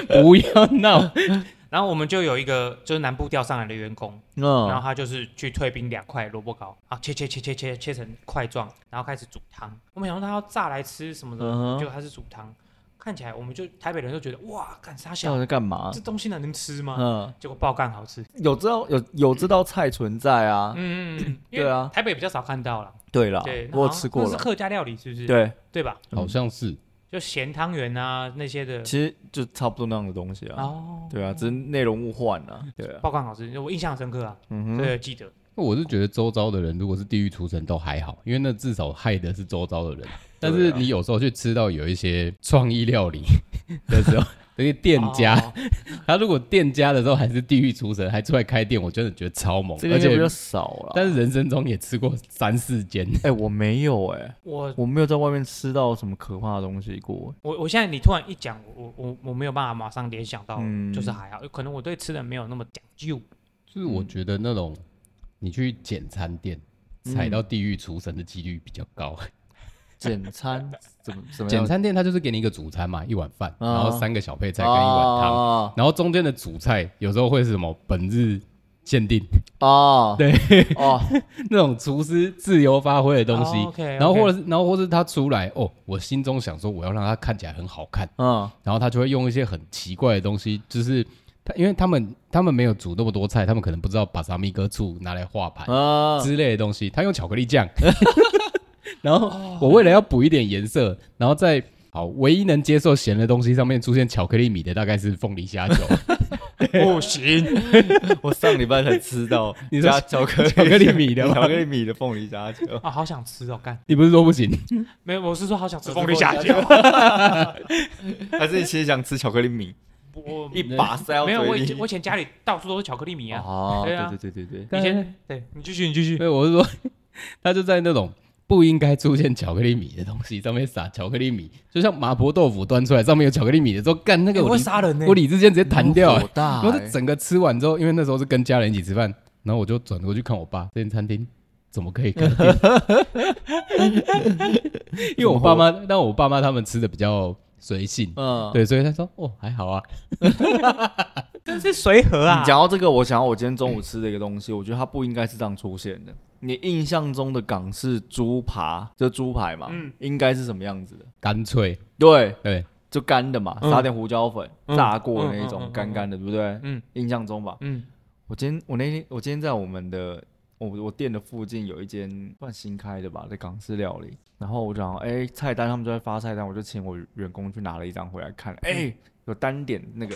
Speaker 2: 不要闹，
Speaker 1: 然后我们就有一个就是南部调上来的员工，然后
Speaker 3: 嗯，
Speaker 1: 他就是去退冰两块萝卜糕啊，切切切切切切成块状，然后开始煮汤。我们想说他要炸来吃什么的，
Speaker 3: 嗯哼
Speaker 1: 结果他是煮汤，看起来我们就台北人就觉得哇，干啥
Speaker 3: 这样
Speaker 1: 小
Speaker 3: 在干嘛
Speaker 1: 这？东西哪能吃吗？
Speaker 3: 嗯，
Speaker 1: 结果爆干好吃。
Speaker 3: 有这道有有这道菜存在啊。
Speaker 1: 嗯，嗯嗯因为
Speaker 3: 对啊
Speaker 1: 台北比较少看到了。
Speaker 3: 对啦
Speaker 1: 对，，
Speaker 3: 我有
Speaker 1: 好像
Speaker 3: 吃过
Speaker 1: 那是
Speaker 3: 了。
Speaker 1: 客家料理是不是？
Speaker 3: 对，
Speaker 1: 对吧？
Speaker 2: 好像是
Speaker 1: 就咸汤圆啊那些的。
Speaker 3: 其实就差不多那样的东西啊。
Speaker 1: 哦，
Speaker 3: 对啊，只是内容物换了。对啊，
Speaker 1: 爆干好吃，我印象深刻啊，
Speaker 3: 嗯哼，
Speaker 1: 对，记得。
Speaker 2: 我是觉得周遭的人如果是地狱厨神都还好，因为那至少害的是周遭的人。但是你有时候去吃到有一些创意料理 的时候，那些店家，
Speaker 1: 哦
Speaker 2: 他如果店家的时候还是地狱厨神，还出来开店，我真的觉得超
Speaker 1: 哦
Speaker 2: 猛。
Speaker 3: 这
Speaker 2: 而
Speaker 3: 个就
Speaker 2: 且
Speaker 3: 比较少了。
Speaker 2: 但是人生中也吃过三四间，
Speaker 3: 哎，我没有哎，
Speaker 1: 我
Speaker 3: 我没有在外面吃到什么可怕的东西过。
Speaker 1: 我我现在你突然一讲，我我我没有办法马上联想到，
Speaker 3: 嗯
Speaker 1: 就是还好，可能我对吃的没有那么讲究。
Speaker 2: 就是我觉得那种你去简餐店。踩到地狱厨神的几率比较高。
Speaker 3: 简餐怎么怎么样
Speaker 2: 简餐店它就是给你一个主餐嘛，一碗饭，
Speaker 3: 啊
Speaker 2: 然后三个小配菜跟一碗汤，
Speaker 3: 啊
Speaker 2: 然后中间的主菜有时候会是什么本日限定
Speaker 3: 哦，
Speaker 2: 对
Speaker 3: 哦，
Speaker 2: 那种厨师自由发挥的东西，
Speaker 1: o k
Speaker 2: 然后或者是然后或是他出来哦，我心中想说我要让它看起来很好看，
Speaker 3: 嗯
Speaker 2: 然后他就会用一些很奇怪的东西，就是他因为他们他们没有煮那么多菜，他们可能不知道把萨米哥醋拿来画盘
Speaker 3: 啊，
Speaker 2: 之类的东西，他用巧克力酱，然后我为了要补一点颜色，然后在好唯一能接受咸的东西上面出现巧克力米的大概是凤梨虾球，
Speaker 1: 不行，
Speaker 3: 我上礼拜才吃到
Speaker 2: 你说
Speaker 3: 加巧克力
Speaker 2: 巧克力米的吗
Speaker 3: 巧克力米的凤梨 虾球，
Speaker 1: 啊，好想吃哦，干，
Speaker 2: 你不是说不行？
Speaker 1: 没有，我是说好想吃
Speaker 3: 凤
Speaker 1: 凤
Speaker 3: 梨
Speaker 1: 梨
Speaker 3: 虾
Speaker 1: 虾
Speaker 3: 饺
Speaker 1: 球，
Speaker 3: 还是你其实想吃巧克力米，
Speaker 1: 我
Speaker 3: 一把塞到
Speaker 1: 没有，我以
Speaker 3: 嘴
Speaker 1: 前
Speaker 3: 里
Speaker 1: 我以前家里到处都是巧克力米啊。
Speaker 3: 哦，
Speaker 1: 对啊
Speaker 3: 对对对对
Speaker 1: 以前对你继续，你继续。
Speaker 2: 对，我是说，他就在那种不应该出现巧克力米的东西上面撒巧克力米，就像麻婆豆腐端出来上面有巧克力米的时候，干那
Speaker 1: 那
Speaker 2: 个我
Speaker 1: 哎会
Speaker 2: 理、
Speaker 1: 杀人呢、
Speaker 2: 我理智线直接弹掉、
Speaker 3: 对，
Speaker 2: 欸
Speaker 3: 火。大
Speaker 2: 我
Speaker 3: 欸
Speaker 2: 是整个吃完之后，因为那时候是跟家人一起吃饭，然后我就转头去看我爸这间餐厅。怎么可以开店？ 因为我爸妈，但我爸妈他们吃的比较随性，
Speaker 3: 嗯，
Speaker 2: 对，所以他说哦还好啊，
Speaker 1: 真是随和啊
Speaker 3: 你！讲到这个，我想到我今天中午吃的一个东西，我觉得它不应该是这样出现的。你印象中的港式猪扒，就猪排嘛，
Speaker 1: 嗯
Speaker 3: 应该是什么样子的？
Speaker 2: 干脆
Speaker 3: 对，
Speaker 2: 对，
Speaker 3: 就干的嘛，
Speaker 1: 嗯
Speaker 3: 撒点胡椒粉，
Speaker 1: 嗯
Speaker 3: 炸过的
Speaker 1: 嗯
Speaker 3: 那
Speaker 1: 嗯
Speaker 3: 种
Speaker 1: 嗯，
Speaker 3: 干干的，对不对？
Speaker 1: 嗯
Speaker 3: 印象中吧。
Speaker 1: 嗯，
Speaker 3: 我今天我那天我今天在我们的我我店的附近有一间算新开的吧，在港式料理。然后我就想说，哎、菜单他们就在发菜单，我就请我员工去拿了一张回来看，
Speaker 1: 嗯
Speaker 3: 哎、有单点那个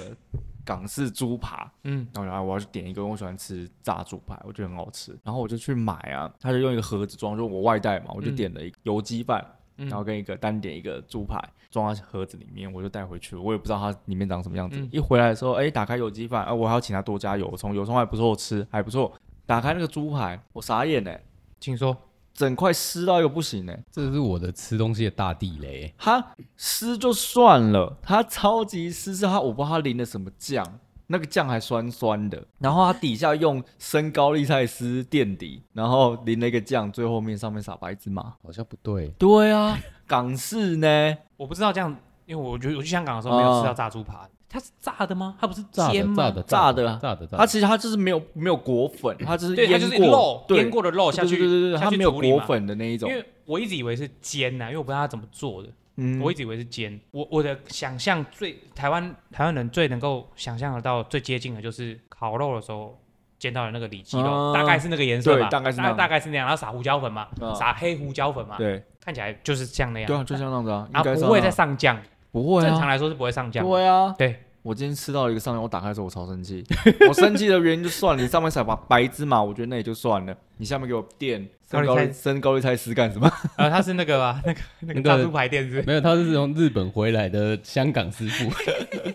Speaker 3: 港式猪扒，
Speaker 1: 嗯，
Speaker 3: 然后然后我要去点一个，我喜欢吃炸猪排，我觉得很好吃。然后我就去买啊，他就用一个盒子装，就我外带嘛，我就
Speaker 1: 嗯
Speaker 3: 点了一个油鸡饭，
Speaker 1: 嗯
Speaker 3: 然后跟一个单点一个猪排装在盒子里面，我就带回去了。我也不知道它里面长什么样子。
Speaker 1: 嗯
Speaker 3: 一回来的时候，哎，打开油鸡饭，啊，我还要请他多加油葱，油葱还不错吃，还不错。打开那个猪排，我傻眼呢、
Speaker 1: 请说。
Speaker 3: 整块湿到一个不行呢、
Speaker 2: 这是我的吃东西的大地雷、欸
Speaker 3: 它湿就算了，它超级湿，是它我不知道它淋了什么酱，那个酱还酸酸的，然后它底下用生高丽菜丝垫底，然后淋了一个酱，最后面上面撒白芝麻。
Speaker 2: 好像不对，
Speaker 3: 对啊，港式呢？
Speaker 1: 我不知道这样，因为我觉得我去香港的时候没有吃到炸猪扒，它是炸的吗？它不是
Speaker 2: 炸
Speaker 1: 煎
Speaker 2: 的
Speaker 1: 吗
Speaker 2: 炸的
Speaker 3: 哦炸的
Speaker 2: 的
Speaker 3: 啊
Speaker 2: 炸的炸
Speaker 3: 它
Speaker 2: 的，
Speaker 3: 其实它就是没有没有裹粉，它就是
Speaker 1: 嗯对，它
Speaker 3: 腌
Speaker 1: 就是
Speaker 3: 过
Speaker 1: 肉，
Speaker 3: 对
Speaker 1: 腌过的肉下去，
Speaker 3: 对对对对，
Speaker 1: 下
Speaker 3: 它
Speaker 1: 去
Speaker 3: 没有
Speaker 1: 处理
Speaker 3: 裹
Speaker 1: 嘛。
Speaker 3: 粉的那一
Speaker 1: 因
Speaker 3: 种。
Speaker 1: 为我一直以为是煎啊呐、因为我不知道它怎么做的，
Speaker 3: 嗯
Speaker 1: 我一直以为是煎。我我的想象最台湾台湾人最能够想象得到最接近的就是烤肉的时候煎到的那个里脊肉，
Speaker 3: 啊
Speaker 1: 大概是那个颜色
Speaker 3: 对
Speaker 1: 吧，
Speaker 3: 大概是那
Speaker 1: 大
Speaker 3: 样
Speaker 1: 大概是那样，然后撒胡椒粉嘛，
Speaker 3: 啊
Speaker 1: 撒黑胡椒粉嘛，
Speaker 3: 对
Speaker 1: 看起来就是像那样。
Speaker 3: 对啊，就像那样子啊，
Speaker 1: 啊，
Speaker 3: 应该是
Speaker 1: 不会
Speaker 3: 那
Speaker 1: 再
Speaker 3: 样
Speaker 1: 上酱，
Speaker 3: 不会
Speaker 1: 正
Speaker 3: 啊
Speaker 1: 常，来说是不会上酱的。
Speaker 3: 对啊，
Speaker 1: 对，
Speaker 3: 我今天吃到一个上面，我打开的时候我超生气， 我生气的原因就算了，你上面撒把白芝麻，我觉得那也就算了，你下面给我垫生高
Speaker 1: 高丽
Speaker 3: 丽
Speaker 1: 菜
Speaker 3: 生高丽菜丝干什么？
Speaker 1: 呃，它是那个吧， 那个那个
Speaker 2: 那个
Speaker 1: 炸猪排店是不是
Speaker 2: 没有，他是从日本回来的香港师傅。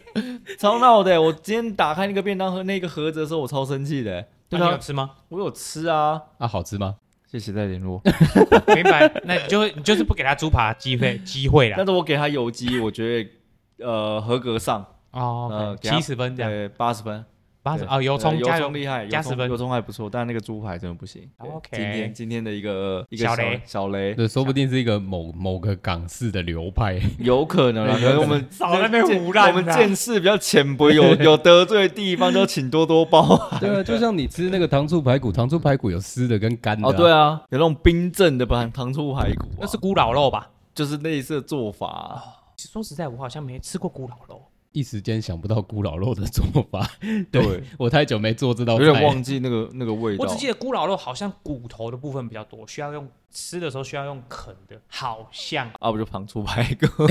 Speaker 3: 超闹的！我今天打开那个便当盒那个盒子的时候，我超生气的。
Speaker 1: 那
Speaker 3: 对
Speaker 1: 你有
Speaker 3: 啊，
Speaker 1: 吃吗？
Speaker 3: 我有吃啊，
Speaker 2: 啊，好吃吗？
Speaker 3: 谢谢再联络。
Speaker 1: 明白， 那你就会你就是不给他猪扒机会机会啦
Speaker 3: 但。是我给他油鸡，我觉得呃合格上
Speaker 1: 哦
Speaker 3: 呃，
Speaker 1: 七十分这样，
Speaker 3: 对八十分，
Speaker 1: 八十啊，油葱
Speaker 3: 对
Speaker 1: 加
Speaker 3: 油
Speaker 1: 油
Speaker 3: 葱厉害，油
Speaker 1: 加
Speaker 3: 葱
Speaker 1: 十分哦
Speaker 3: 油葱还不错，但那个猪排真的不行。对
Speaker 1: OK
Speaker 3: 今天今天的一个一个
Speaker 1: 小雷
Speaker 3: 小雷，
Speaker 2: 对，说不定是一个某某个港式的流派，
Speaker 3: 有可能啊，可能我们
Speaker 1: 少在那边胡乱啊
Speaker 3: 我们见识比较浅 薄，有有得罪的地方就请多多包涵。
Speaker 2: 对啊，就像你吃那个糖醋排骨，糖醋排骨有湿的跟干的、
Speaker 3: 哦，对，啊，有那种冰镇的吧，糖醋排骨、啊，
Speaker 1: 那是咕老肉吧？
Speaker 3: 就是类似的做法啊、
Speaker 1: 说实在，我好像没吃过咕老肉。
Speaker 2: 一时间想不到咕老肉的做法，
Speaker 3: 对，
Speaker 2: 我太久没做这道
Speaker 3: 有
Speaker 2: 菜，
Speaker 3: 点忘记那个那个味道。
Speaker 1: 哦
Speaker 3: 啊
Speaker 1: 我只记得咕老肉好像骨头的部分比较多，需要用吃的时候需要用啃的，好像
Speaker 3: 啊，不就糖醋排 骨？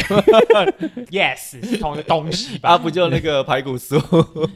Speaker 1: yes 是同一个东西吧？
Speaker 3: 啊，不就那个排骨 酥？
Speaker 1: 哦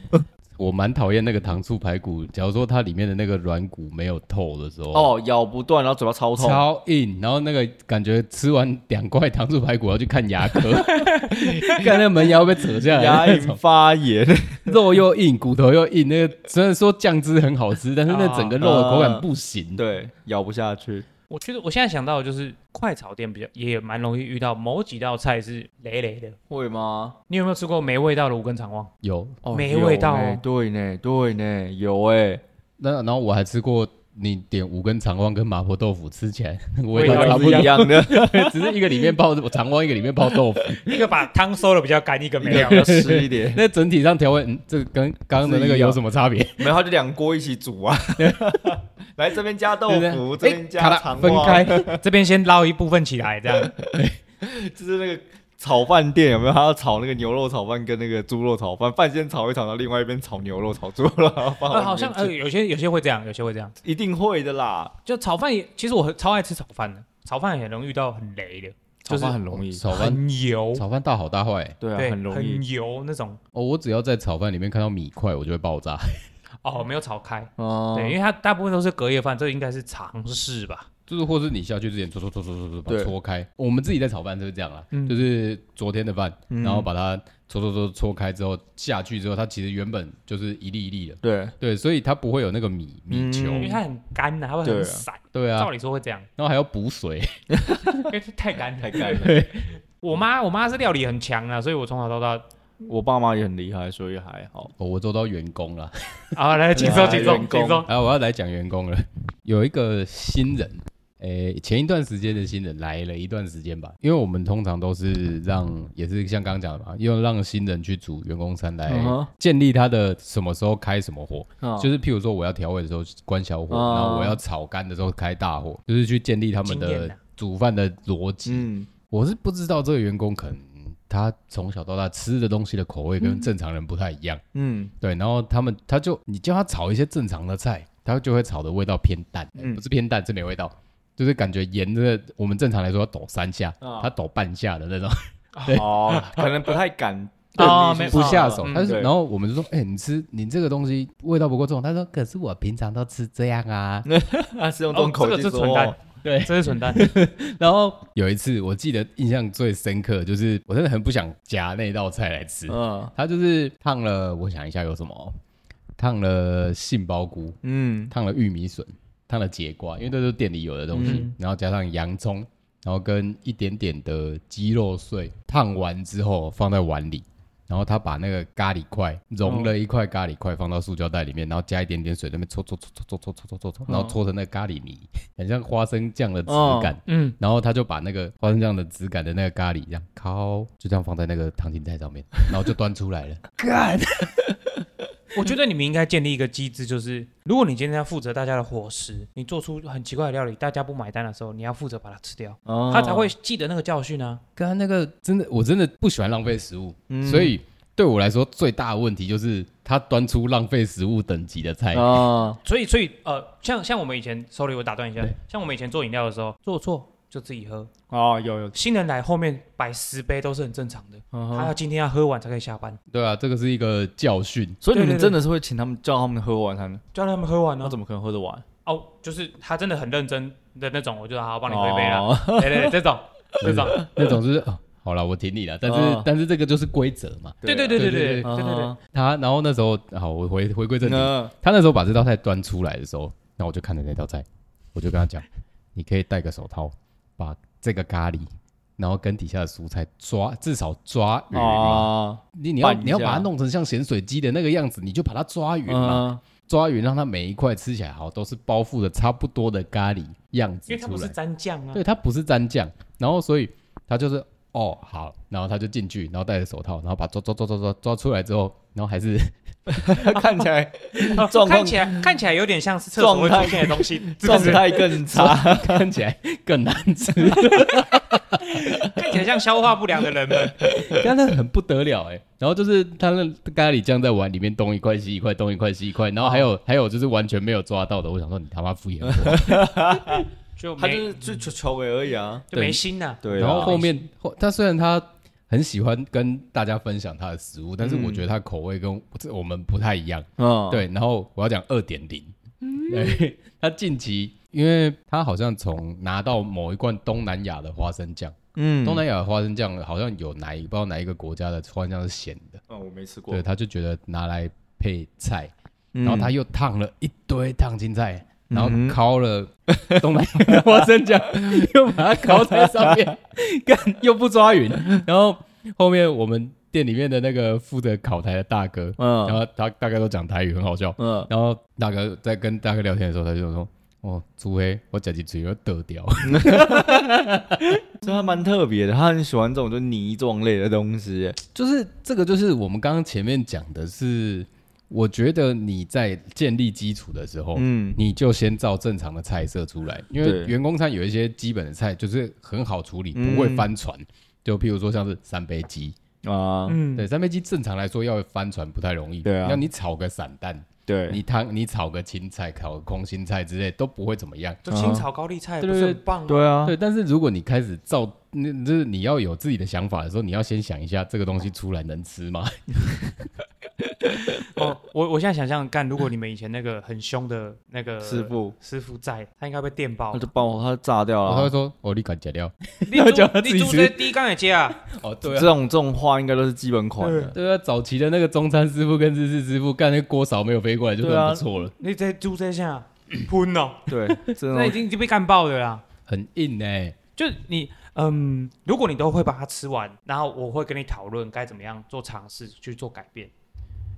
Speaker 2: 我蛮讨厌那个糖醋排骨，假如说它里面的那个软骨没有透的时候，
Speaker 3: 哦，咬不断，然后嘴巴超痛。
Speaker 2: 超硬，然后那个感觉吃完两块糖醋排骨要去看牙 科，看那个门牙会被扯下
Speaker 3: 牙
Speaker 2: 来，
Speaker 3: 龈发炎，
Speaker 2: 肉又硬，骨头又硬，那个虽然说酱汁很好吃，但是那整个肉的口感不行。
Speaker 3: 对，咬不下去。
Speaker 1: 我觉得我现在想到的就是快炒店比较也蛮容易遇到某几道菜是雷雷的。
Speaker 3: 会吗？
Speaker 1: 你有没有吃过没味道的五根肠 旺？
Speaker 2: 有
Speaker 3: 哦
Speaker 1: 没味道
Speaker 3: 有欸
Speaker 1: 哦
Speaker 3: 对呢，对呢，有哎。
Speaker 2: 那然后我还吃过，你点五根肠旺跟麻婆豆腐吃起来那个味
Speaker 1: 味
Speaker 2: 道
Speaker 1: 道
Speaker 2: 差
Speaker 3: 都
Speaker 2: 不
Speaker 3: 是一
Speaker 2: 多，
Speaker 3: 样的，
Speaker 2: 只是一个里面泡肠旺，一个里面泡豆 腐，
Speaker 1: 一个把汤收的比较干，一个没
Speaker 3: 一个
Speaker 1: 有
Speaker 3: 比。较湿 一点，
Speaker 2: 那整体上调味，嗯，这个跟刚刚的那个有什么差别？
Speaker 3: 没有，它就两锅一起煮 啊。来这边加豆
Speaker 2: 对
Speaker 3: 腐，
Speaker 2: 不
Speaker 3: 这
Speaker 2: 对
Speaker 3: 边
Speaker 2: 哎咔
Speaker 3: 加
Speaker 2: 啦
Speaker 3: 肠
Speaker 2: 分
Speaker 3: 旺，
Speaker 2: 开，
Speaker 1: 这边先捞一部分起来，这样
Speaker 3: 就是那个炒饭店有没有？他要炒那个牛肉炒饭跟那个猪肉炒饭，饭先炒一炒，然后另外一边炒牛肉、炒猪肉，然后 放
Speaker 1: 呃
Speaker 3: 到
Speaker 1: 好
Speaker 3: 里面
Speaker 1: 像
Speaker 3: 去
Speaker 1: 呃有些有些会这样，有些会这样。
Speaker 3: 一定会的啦。
Speaker 1: 就炒饭也，其实我很超爱吃炒饭的，炒饭也很容易遇到很雷的，就是
Speaker 3: 很容
Speaker 2: 炒饭，
Speaker 1: 很油，
Speaker 2: 炒饭大好大坏、
Speaker 3: 对
Speaker 1: 对，
Speaker 3: 啊，很容易
Speaker 1: 很油那种。
Speaker 2: 哦！我只要在炒饭里面看到米块，我就会爆炸。
Speaker 1: 哦，没有炒开，
Speaker 3: 嗯哦
Speaker 1: 对，因为它大部分都是隔夜饭，这应该是常识吧？
Speaker 2: 就是或是你下去之前搓搓搓搓搓搓，把它
Speaker 3: 对
Speaker 2: 搓开。我们自己在炒饭就是这样啦，
Speaker 1: 嗯
Speaker 2: 就是昨天的饭，
Speaker 3: 嗯
Speaker 2: 然后把它搓搓搓搓开之后下去之后，它其实原本就是一粒一粒的，
Speaker 3: 对，
Speaker 2: 对，所以它不会有那个米米球，
Speaker 1: 因为它很干呐、它会
Speaker 3: 嗯对啊
Speaker 1: 很散。
Speaker 2: 对啊
Speaker 1: 照，理说会这 样，
Speaker 2: 然后还要补水，
Speaker 1: 因为太干了。
Speaker 3: 太干了。
Speaker 1: 我妈，我妈是料理很强啊，所以我从小到大
Speaker 3: 我爸妈也很厉害，所以还好。
Speaker 2: 哦，我做到员工了，
Speaker 1: 啊，来，请说，请说，
Speaker 3: 员工
Speaker 1: 请说。
Speaker 2: 然后我要来讲员工了，有一个新人。诶，前一段时间的新人来了一段时间吧，因为我们通常都是让，也是像刚刚讲的嘛，用让新人去煮员工餐来
Speaker 3: 嗯哼
Speaker 2: 建立他的什么时候开什么火，
Speaker 3: 啊
Speaker 2: 就是譬如说我要调味的时候关小火，
Speaker 3: 啊
Speaker 2: 然后我要炒干的时候开大火，就是去建立他们
Speaker 1: 经验
Speaker 2: 的
Speaker 1: 啊
Speaker 2: 煮饭的逻辑。
Speaker 3: 嗯，
Speaker 2: 我是不知道这个员工可能他从小到大吃的东西的口味跟正常人不太一样，
Speaker 3: 嗯
Speaker 2: 对，然后他们他就你叫他炒一些正常的菜，他就会炒的味道偏淡，
Speaker 3: 嗯
Speaker 2: 不是偏淡，是没味道。就是感觉沿着我们正常来说要抖三下，
Speaker 3: 啊
Speaker 2: 他抖半下的 那种，
Speaker 3: 哦，可能不太敢
Speaker 1: 哦
Speaker 3: 对你去
Speaker 2: 不
Speaker 1: 没错
Speaker 2: 下手。
Speaker 1: 嗯
Speaker 2: 他就
Speaker 3: 啊对
Speaker 2: 然后我们就说，哎、你吃你这个东西味道不够重。他说，可是我平常都吃这样啊。
Speaker 3: 他是用这种
Speaker 1: 哦
Speaker 3: 口
Speaker 1: 这
Speaker 3: 气
Speaker 1: 个是
Speaker 3: 说
Speaker 1: 蠢蛋
Speaker 3: 哦，，
Speaker 2: 对，
Speaker 1: 这是蠢 蛋。
Speaker 2: 然后有一次，我记得印象最深刻，就是我真的很不想夹那道菜来吃。
Speaker 3: 嗯
Speaker 2: 他就是烫了，我想一下有什么哦，烫了杏鲍菇，
Speaker 3: 嗯
Speaker 2: 烫了玉米笋，烫了节瓜，因为这都是店里有的东西，
Speaker 3: 嗯
Speaker 2: 然后加上洋葱，然后跟一点点的鸡肉碎，烫完之后放在碗里。然后他把那个咖喱块融了一块咖喱块放到塑胶袋里面，然后加一点点水，在那边搓搓搓搓搓搓搓搓搓，然后搓成那个咖喱泥，很像花生酱的质感。
Speaker 1: 嗯，
Speaker 2: 然后他就把那个花生酱的质感的那个咖喱，这样烤，就这样放在那个烫青菜上面，然后就端出来了。
Speaker 1: 我觉得你们应该建立一个机制，就是如果你今天要负责大家的伙食，你做出很奇怪的料理，大家不买单的时候，你要负责把它吃掉，
Speaker 3: 哦
Speaker 1: 他才会记得那个教训啊。
Speaker 2: 刚刚那个真的，我真的不喜欢浪费食物，
Speaker 1: 嗯
Speaker 2: 所以对我来说最大的问题就是他端出浪费食物等级的菜。
Speaker 1: 哦
Speaker 3: 啊，
Speaker 1: 所以，所以呃，像像我们以前，sorry，我打断一下，像我们以前做饮料的时候，做错就自己喝，
Speaker 3: 哦，有有，
Speaker 1: 新人来后面摆十杯都是很正常的，他要今天要喝完才可以下班，
Speaker 2: 对啊，这个是一个教训。
Speaker 3: 所以你
Speaker 1: 对
Speaker 3: 们
Speaker 1: 对对
Speaker 3: 真的是会请他们叫他们喝完才能，
Speaker 1: 叫他们喝完
Speaker 3: 那
Speaker 2: 嗯
Speaker 1: 呢、
Speaker 3: 怎么可能喝得完？啊
Speaker 1: 哦，就是他真的很认真的那种，我就说好，我帮你喝一杯啦。
Speaker 3: 哦，
Speaker 1: 对对对，这种 这种，
Speaker 2: 那种就是哦，好了，我挺你了，但是、
Speaker 3: 哦
Speaker 2: 但是这个就是规则嘛。
Speaker 1: 对对对
Speaker 3: 对嗯
Speaker 1: 对
Speaker 2: 对
Speaker 1: 对对
Speaker 2: 对
Speaker 3: 哦
Speaker 1: 对对对，
Speaker 2: 他然后那时候好，我回回归正题，
Speaker 1: 嗯
Speaker 3: 那
Speaker 2: 他那时候把这道菜端出来的时候，那我就看着那道菜，我就跟他讲，你可以戴个手套，把这个咖喱然后跟底下的蔬菜抓，至少抓匀
Speaker 1: 哦
Speaker 2: 嘛。
Speaker 3: 啊，
Speaker 2: 你你要
Speaker 3: 拌一
Speaker 2: 你要把它
Speaker 3: 下
Speaker 2: 弄成像咸水鸡的那个样子，你就把它抓匀嘛。
Speaker 3: 嗯，
Speaker 2: 抓匀，让它每一块吃起来好都是包覆的差不多的咖喱样
Speaker 1: 因
Speaker 2: 子
Speaker 1: 为它
Speaker 2: 出
Speaker 1: 不是
Speaker 2: 来。
Speaker 1: 沾酱啊。
Speaker 2: 对，它不是蘸酱，然后所以他就是哦好，然后他就进去，然后戴着手套，然后把抓抓抓抓抓抓出来之后，然后还是
Speaker 3: 看起来
Speaker 1: 呃
Speaker 3: 状况
Speaker 1: 看起来看起来有点像是厕所会
Speaker 3: 状态
Speaker 1: 出现的东西，是不
Speaker 3: 状
Speaker 1: 是？
Speaker 3: 态 更差。
Speaker 2: 看起来更难 吃，
Speaker 1: 看起来像消化不良的人们。
Speaker 2: 真的很不得了哎、然后就是他那咖喱酱在碗里面东一块西一块，东一块西一块，然后还有、还有就是完全没有抓到的，我想说你他妈敷衍我。
Speaker 1: 就
Speaker 3: 他就
Speaker 1: 没
Speaker 3: 是最求求尾而已啊。
Speaker 1: 就没心呐、
Speaker 3: 对啊，
Speaker 2: 然后后面后他虽然他很喜欢跟大家分享他的食物，但是我觉得他口味跟这我们不太一样。
Speaker 3: 嗯，
Speaker 2: 对，然后我要讲二点零， 对，他近期，因为他好像从拿到某一罐东南亚的花生酱，
Speaker 3: 嗯
Speaker 2: 东南亚的花生酱好像有哪一不知道哪一个国家的花生酱是咸的，
Speaker 3: 嗯，我没吃过
Speaker 2: 对，。他就觉得拿来配菜，
Speaker 3: 嗯
Speaker 2: 然后他又烫了一堆烫青菜。然后
Speaker 3: 嗯哼
Speaker 2: 烤 了东南亚的花生酱，又把它烤在上面，干又不抓匀。然后后面我们店里面的那个负责烤台的大哥，然
Speaker 3: 嗯
Speaker 2: 后他大概都讲台语，很好笑。
Speaker 3: 嗯，
Speaker 2: 然后大哥在跟大哥聊天的时候，他就说：“哦，朱黑，我讲几嘴要得掉。
Speaker 3: 所以他蛮特别的，他很喜欢这种就泥状类的东西”。
Speaker 2: 就是这个，就是我们刚刚前面讲的是，我觉得你在建立基础的时候，
Speaker 3: 嗯
Speaker 2: 你就先照正常的菜色出来，因
Speaker 3: 对
Speaker 2: 为员工餐有一些基本的菜就是很好处理，
Speaker 3: 嗯
Speaker 2: 不会翻船。就譬如说像是三杯鸡，
Speaker 3: 啊，
Speaker 1: 嗯，
Speaker 2: 对，三杯鸡正常来说要翻船不太容易，
Speaker 3: 对啊
Speaker 2: 要你炒个散蛋，
Speaker 3: 对，
Speaker 2: 你汤你炒个青菜、炒个空心菜之类都不会怎么样。
Speaker 1: 就清炒高丽菜
Speaker 2: 对
Speaker 1: 不是很棒吗？
Speaker 3: 对啊，
Speaker 2: 对，但是如果你开始造，那就是你要有自己的想法的时候，你要先想一下这个东西出来能吃吗？
Speaker 1: 哦，我我现在想象干，如果你们以前那个很凶的那个
Speaker 3: 师傅
Speaker 1: 师傅在，他应该被电爆
Speaker 3: 他。就爆，他就炸掉
Speaker 2: 然后他会
Speaker 3: 了。
Speaker 2: 说：“哦，你敢解掉
Speaker 1: 你猪
Speaker 2: 叫 他自己
Speaker 1: 你猪
Speaker 2: 吃
Speaker 1: 在第一缸也接啊？？”
Speaker 2: 哦，对
Speaker 3: 这
Speaker 2: 啊，
Speaker 3: 种这种话应该都是基本款的。
Speaker 2: 对啊，早期的那个中餐师傅跟日式师傅干那个锅勺没有飞过来就
Speaker 3: 对啊
Speaker 2: 很不错了，
Speaker 1: 你在猪在下喷哦，
Speaker 3: 对，
Speaker 2: 嗯
Speaker 3: 这
Speaker 1: 那已
Speaker 3: 种
Speaker 1: 经已经被干爆了啦。
Speaker 2: 很硬哎。
Speaker 1: 就是你，嗯，如果你都会把它吃完，然后我会跟你讨论该怎么样做尝试去做改变。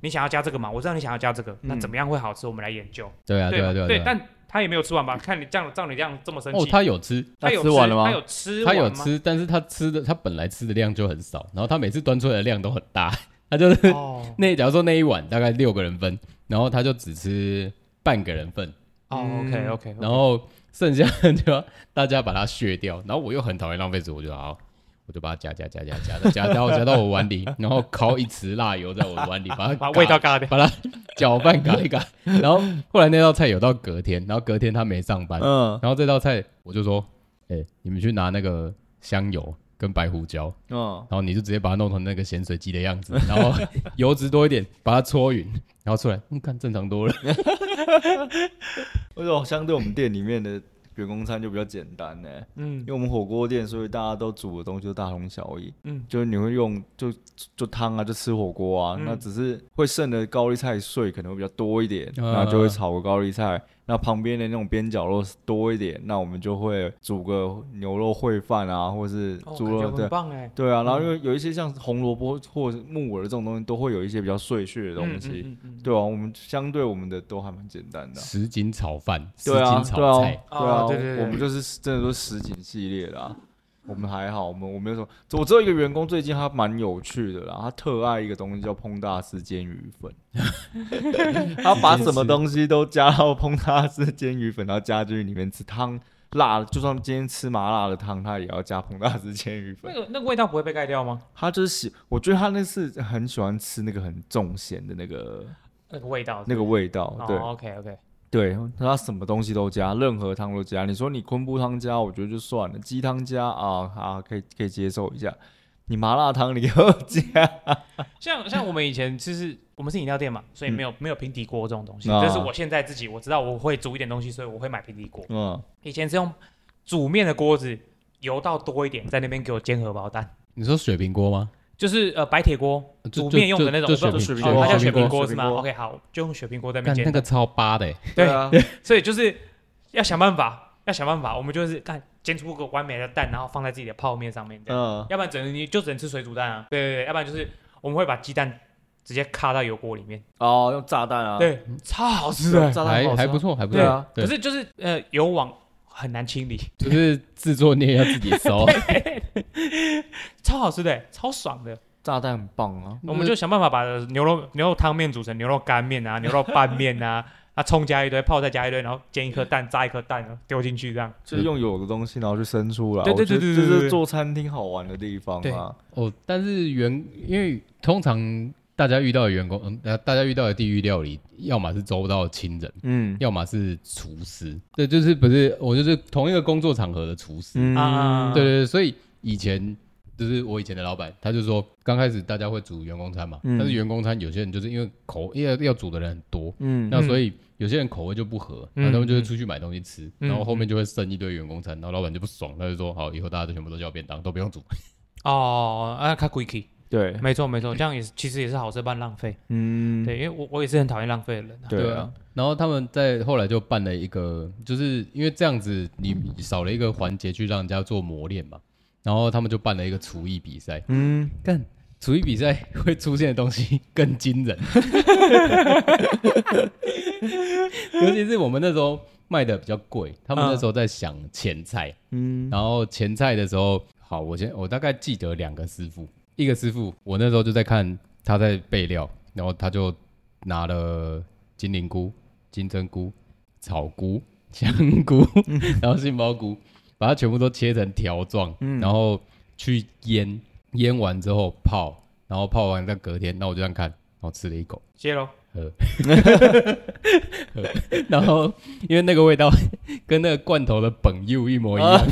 Speaker 1: 你想要加这个吗？我知道你想要加这个，那
Speaker 3: 嗯
Speaker 1: 怎么样会好吃？我们来研究。
Speaker 2: 对啊，
Speaker 1: 对
Speaker 2: 对啊，
Speaker 1: 吧
Speaker 2: 对啊，
Speaker 1: 对
Speaker 2: 啊。
Speaker 1: 但他也没有吃完吧？看你这样，照你这样这么生
Speaker 2: 哦
Speaker 1: 气，，
Speaker 2: 他有吃，
Speaker 1: 他
Speaker 3: 他
Speaker 1: 有
Speaker 3: 吃完了吗
Speaker 1: 他有吃，
Speaker 2: 他有，吃，但是他吃的他本来吃的量就很少，然后他每次端出来的量都很大，他就是
Speaker 1: 哦
Speaker 2: 那假如说那一碗大概六个人分，然后他就只吃半个人份。 嗯
Speaker 1: 哦，OK OK，
Speaker 2: 然后剩下的就要大家把它削掉，然后我又很讨厌浪费食物，我就好，我就把它夹夹夹夹夹的夹到夹到我碗里，然后烤一匙辣油在我碗里，把它
Speaker 1: 把
Speaker 2: 嘎
Speaker 1: 味道嘎掉。
Speaker 2: 把它搅拌搞一搞，然后后来那道菜有到隔天，然后隔天他没上班，
Speaker 3: 嗯
Speaker 2: 然后这道菜我就说，哎、你们去拿那个香油跟白胡椒，
Speaker 3: 嗯，
Speaker 2: 然后你就直接把它弄成那个咸水鸡的样子，然 后油脂多一点，把它搓匀，然后出来，嗯，看正常多了。
Speaker 3: 为什么相对我们店里面的员工餐就比较简单呢？
Speaker 1: 嗯
Speaker 3: 因为我们火锅店，所以大家都煮的东西都大同小异。
Speaker 1: 嗯，
Speaker 3: 就是你会用就就汤啊，就吃火锅啊，
Speaker 1: 嗯
Speaker 3: 那只是会剩的高丽菜碎可能会比较多一点，
Speaker 2: 嗯
Speaker 1: 啊
Speaker 3: 那就会炒个高丽菜。那旁边的那种边角肉多一点，那我们就会煮个牛肉烩饭啊，或是
Speaker 1: 哦
Speaker 3: 猪
Speaker 1: 感觉
Speaker 3: 肉
Speaker 1: 很
Speaker 3: 的。
Speaker 1: 棒哎，
Speaker 3: 对啊，然后因为有一些像红萝卜或者木耳这种东西，都会有一些比较碎屑的东西。
Speaker 1: 嗯，嗯嗯嗯
Speaker 3: 对啊，我们相对我们的都还蛮简单的啊、
Speaker 2: 什锦炒饭，什
Speaker 3: 对啊，
Speaker 2: 锦
Speaker 3: 对啊
Speaker 2: 炒菜，，
Speaker 1: 哦
Speaker 3: 对啊，
Speaker 1: 对对对
Speaker 3: 我们就是真的都是实景系列的啊。我们还好，我们我没有什么。我只有一个员工最近他蛮有趣的啦，他特爱一个东西叫烹大师煎鱼 粉，他把什么东西都加到烹大师煎鱼粉，然后加进去里面吃汤辣的，就算今天吃麻辣的汤，他也要加烹大师煎鱼
Speaker 1: 那
Speaker 3: 粉。
Speaker 1: 个那个味道不会被盖掉吗？
Speaker 3: 他就是喜，我觉得他那是很喜欢吃那个很重咸的那个
Speaker 1: 那个味道，
Speaker 3: 那个味道，对。
Speaker 1: ，OK OK，
Speaker 3: 对，他什么东西都加，任何汤都加。你说你昆布汤加，我觉得就算了，鸡汤加啊啊，可以可以接受一下。你麻辣汤你又加，
Speaker 1: 像像我们以前就是我们是饮料店嘛，所以没有没有平底锅这种东西。
Speaker 3: 嗯啊
Speaker 1: 但是我现在自己我知道我会煮一点东西，所以我会买平底锅。
Speaker 3: 嗯，
Speaker 1: 以前是用煮面的锅子，油倒多一点，在那边给我煎荷包蛋，
Speaker 2: 你说水平锅吗？
Speaker 1: 就是呃白铁锅
Speaker 3: 啊
Speaker 2: 就
Speaker 1: 煮面用的那种，
Speaker 2: 就
Speaker 1: 我不
Speaker 2: 就
Speaker 1: 知
Speaker 2: 水
Speaker 3: 平
Speaker 2: 平
Speaker 1: 道哦
Speaker 3: 锅
Speaker 1: 它叫
Speaker 3: 水
Speaker 1: 雪
Speaker 3: 平
Speaker 1: 平
Speaker 3: 锅
Speaker 1: 锅是吗
Speaker 3: 水平锅
Speaker 1: ？OK，好，就用雪平锅在那边
Speaker 2: 干
Speaker 1: 煎。
Speaker 2: 那个超巴的欸，
Speaker 1: 对
Speaker 3: 啊，
Speaker 1: 所以就是要想办法，要想办法。我们就是干煎出个完美的蛋，然后放在自己的泡面上面这样。
Speaker 3: 嗯，
Speaker 1: 要不然只能你就只能吃水煮蛋啊。对对对，要不然就是我们会把鸡蛋直接卡到油锅里面，
Speaker 3: 哦，用炸弹啊，
Speaker 1: 对，超好吃
Speaker 3: 对
Speaker 1: 的
Speaker 3: 啊，。炸弹很
Speaker 2: 欸还
Speaker 3: 好吃啊
Speaker 2: 还不错，还不
Speaker 1: 对
Speaker 2: 错
Speaker 3: 啊，
Speaker 1: 可
Speaker 2: 对，
Speaker 1: 是就是呃，油网很难清理，
Speaker 2: 就是制作你也要自 己烧，
Speaker 1: 超好吃的，超爽的。
Speaker 3: 炸弹很棒啊，
Speaker 1: 我们就想办法把牛肉牛肉汤面煮成牛肉干面啊，牛肉拌面啊， 啊葱加一堆，泡菜加一堆，然后煎一颗蛋，炸一颗蛋，丢进去这样。
Speaker 3: 就是用有的东西然后去生出来，
Speaker 1: 对对
Speaker 3: 我觉得
Speaker 1: 对对
Speaker 3: 这
Speaker 1: 对
Speaker 3: 是
Speaker 1: 对
Speaker 3: 做餐厅好玩的地方啊，
Speaker 2: 哦，但是员因为通常大家遇到的员工，嗯，呃大家遇到的地狱料理，要么是周到的亲人，
Speaker 3: 嗯
Speaker 2: 要么是厨师，对，就是不是我就是同一个工作场合的厨师，
Speaker 3: 嗯
Speaker 1: 啊啊啊
Speaker 2: 对对对，所以以前就是我以前的老板，他就说刚开始大家会煮员工餐嘛，
Speaker 3: 嗯
Speaker 2: 但是员工餐有些人就是因为口因为要煮的人很多，
Speaker 3: 嗯，
Speaker 2: 那所以有些人口味就不合，
Speaker 1: 嗯
Speaker 2: 然后他们就会出去买东西吃，
Speaker 1: 嗯
Speaker 2: 然后后面就会剩一堆员工餐，然后老板就不爽，他就说好，以后大家都全部都叫便当，都不用煮。
Speaker 1: 哦，啊，卡 q u i
Speaker 3: 对，
Speaker 1: 没错没错，这样也是其实也是好吃，不然浪费。
Speaker 3: 嗯，
Speaker 1: 对，因为我我也是很讨厌浪费的人啊。
Speaker 3: 对啊，，
Speaker 2: 然后他们在后来就办了一个，就是因为这样子你少了一个环节去让人家做磨练嘛，然后他们就办了一个厨艺比赛，
Speaker 3: 嗯，
Speaker 2: 干厨艺比赛会出现的东西更惊人，尤其是我们那时候卖的比较贵，他们那时候在想前菜，嗯，然后前菜的时候，好，我先我大概记得两个师傅，一个师傅我那时候就在看他在备料，然后他就拿了金灵菇、金针菇、草菇、香菇，然后杏鲍菇，把它全部都切成条状，然后去腌，腌完之后泡，然后泡完再隔天，那我就这样看，然后吃了一口，
Speaker 1: 谢 喽。
Speaker 2: 然后因为那个味道 跟那个罐头的本柚一模一样，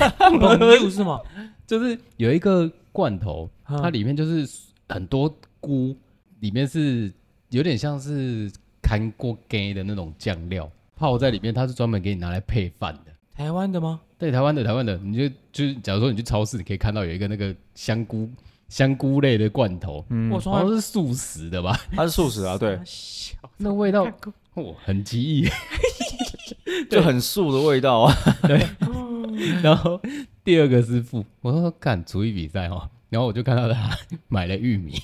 Speaker 1: 又是吗？
Speaker 2: 就是有一个罐头，
Speaker 1: 嗯
Speaker 2: 它里面就是很多菇，里面是有点像是看过给的那种酱料泡在里面，它是专门给你拿来配饭的。
Speaker 1: 台湾的吗？
Speaker 2: 对，台湾的台湾的，你就就是，假如说你去超市，你可以看到有一个那个香菇香菇类的罐头，
Speaker 1: 我啊从
Speaker 2: 好
Speaker 1: 来
Speaker 2: 像是素食的吧？
Speaker 3: 它是素食啊，对，
Speaker 1: 小
Speaker 2: 那味道，哦，很奇异。
Speaker 3: 就很素的味道啊，
Speaker 2: 然后第二个师傅，我说干厨艺比赛哦，然后我就看到他 买了玉米，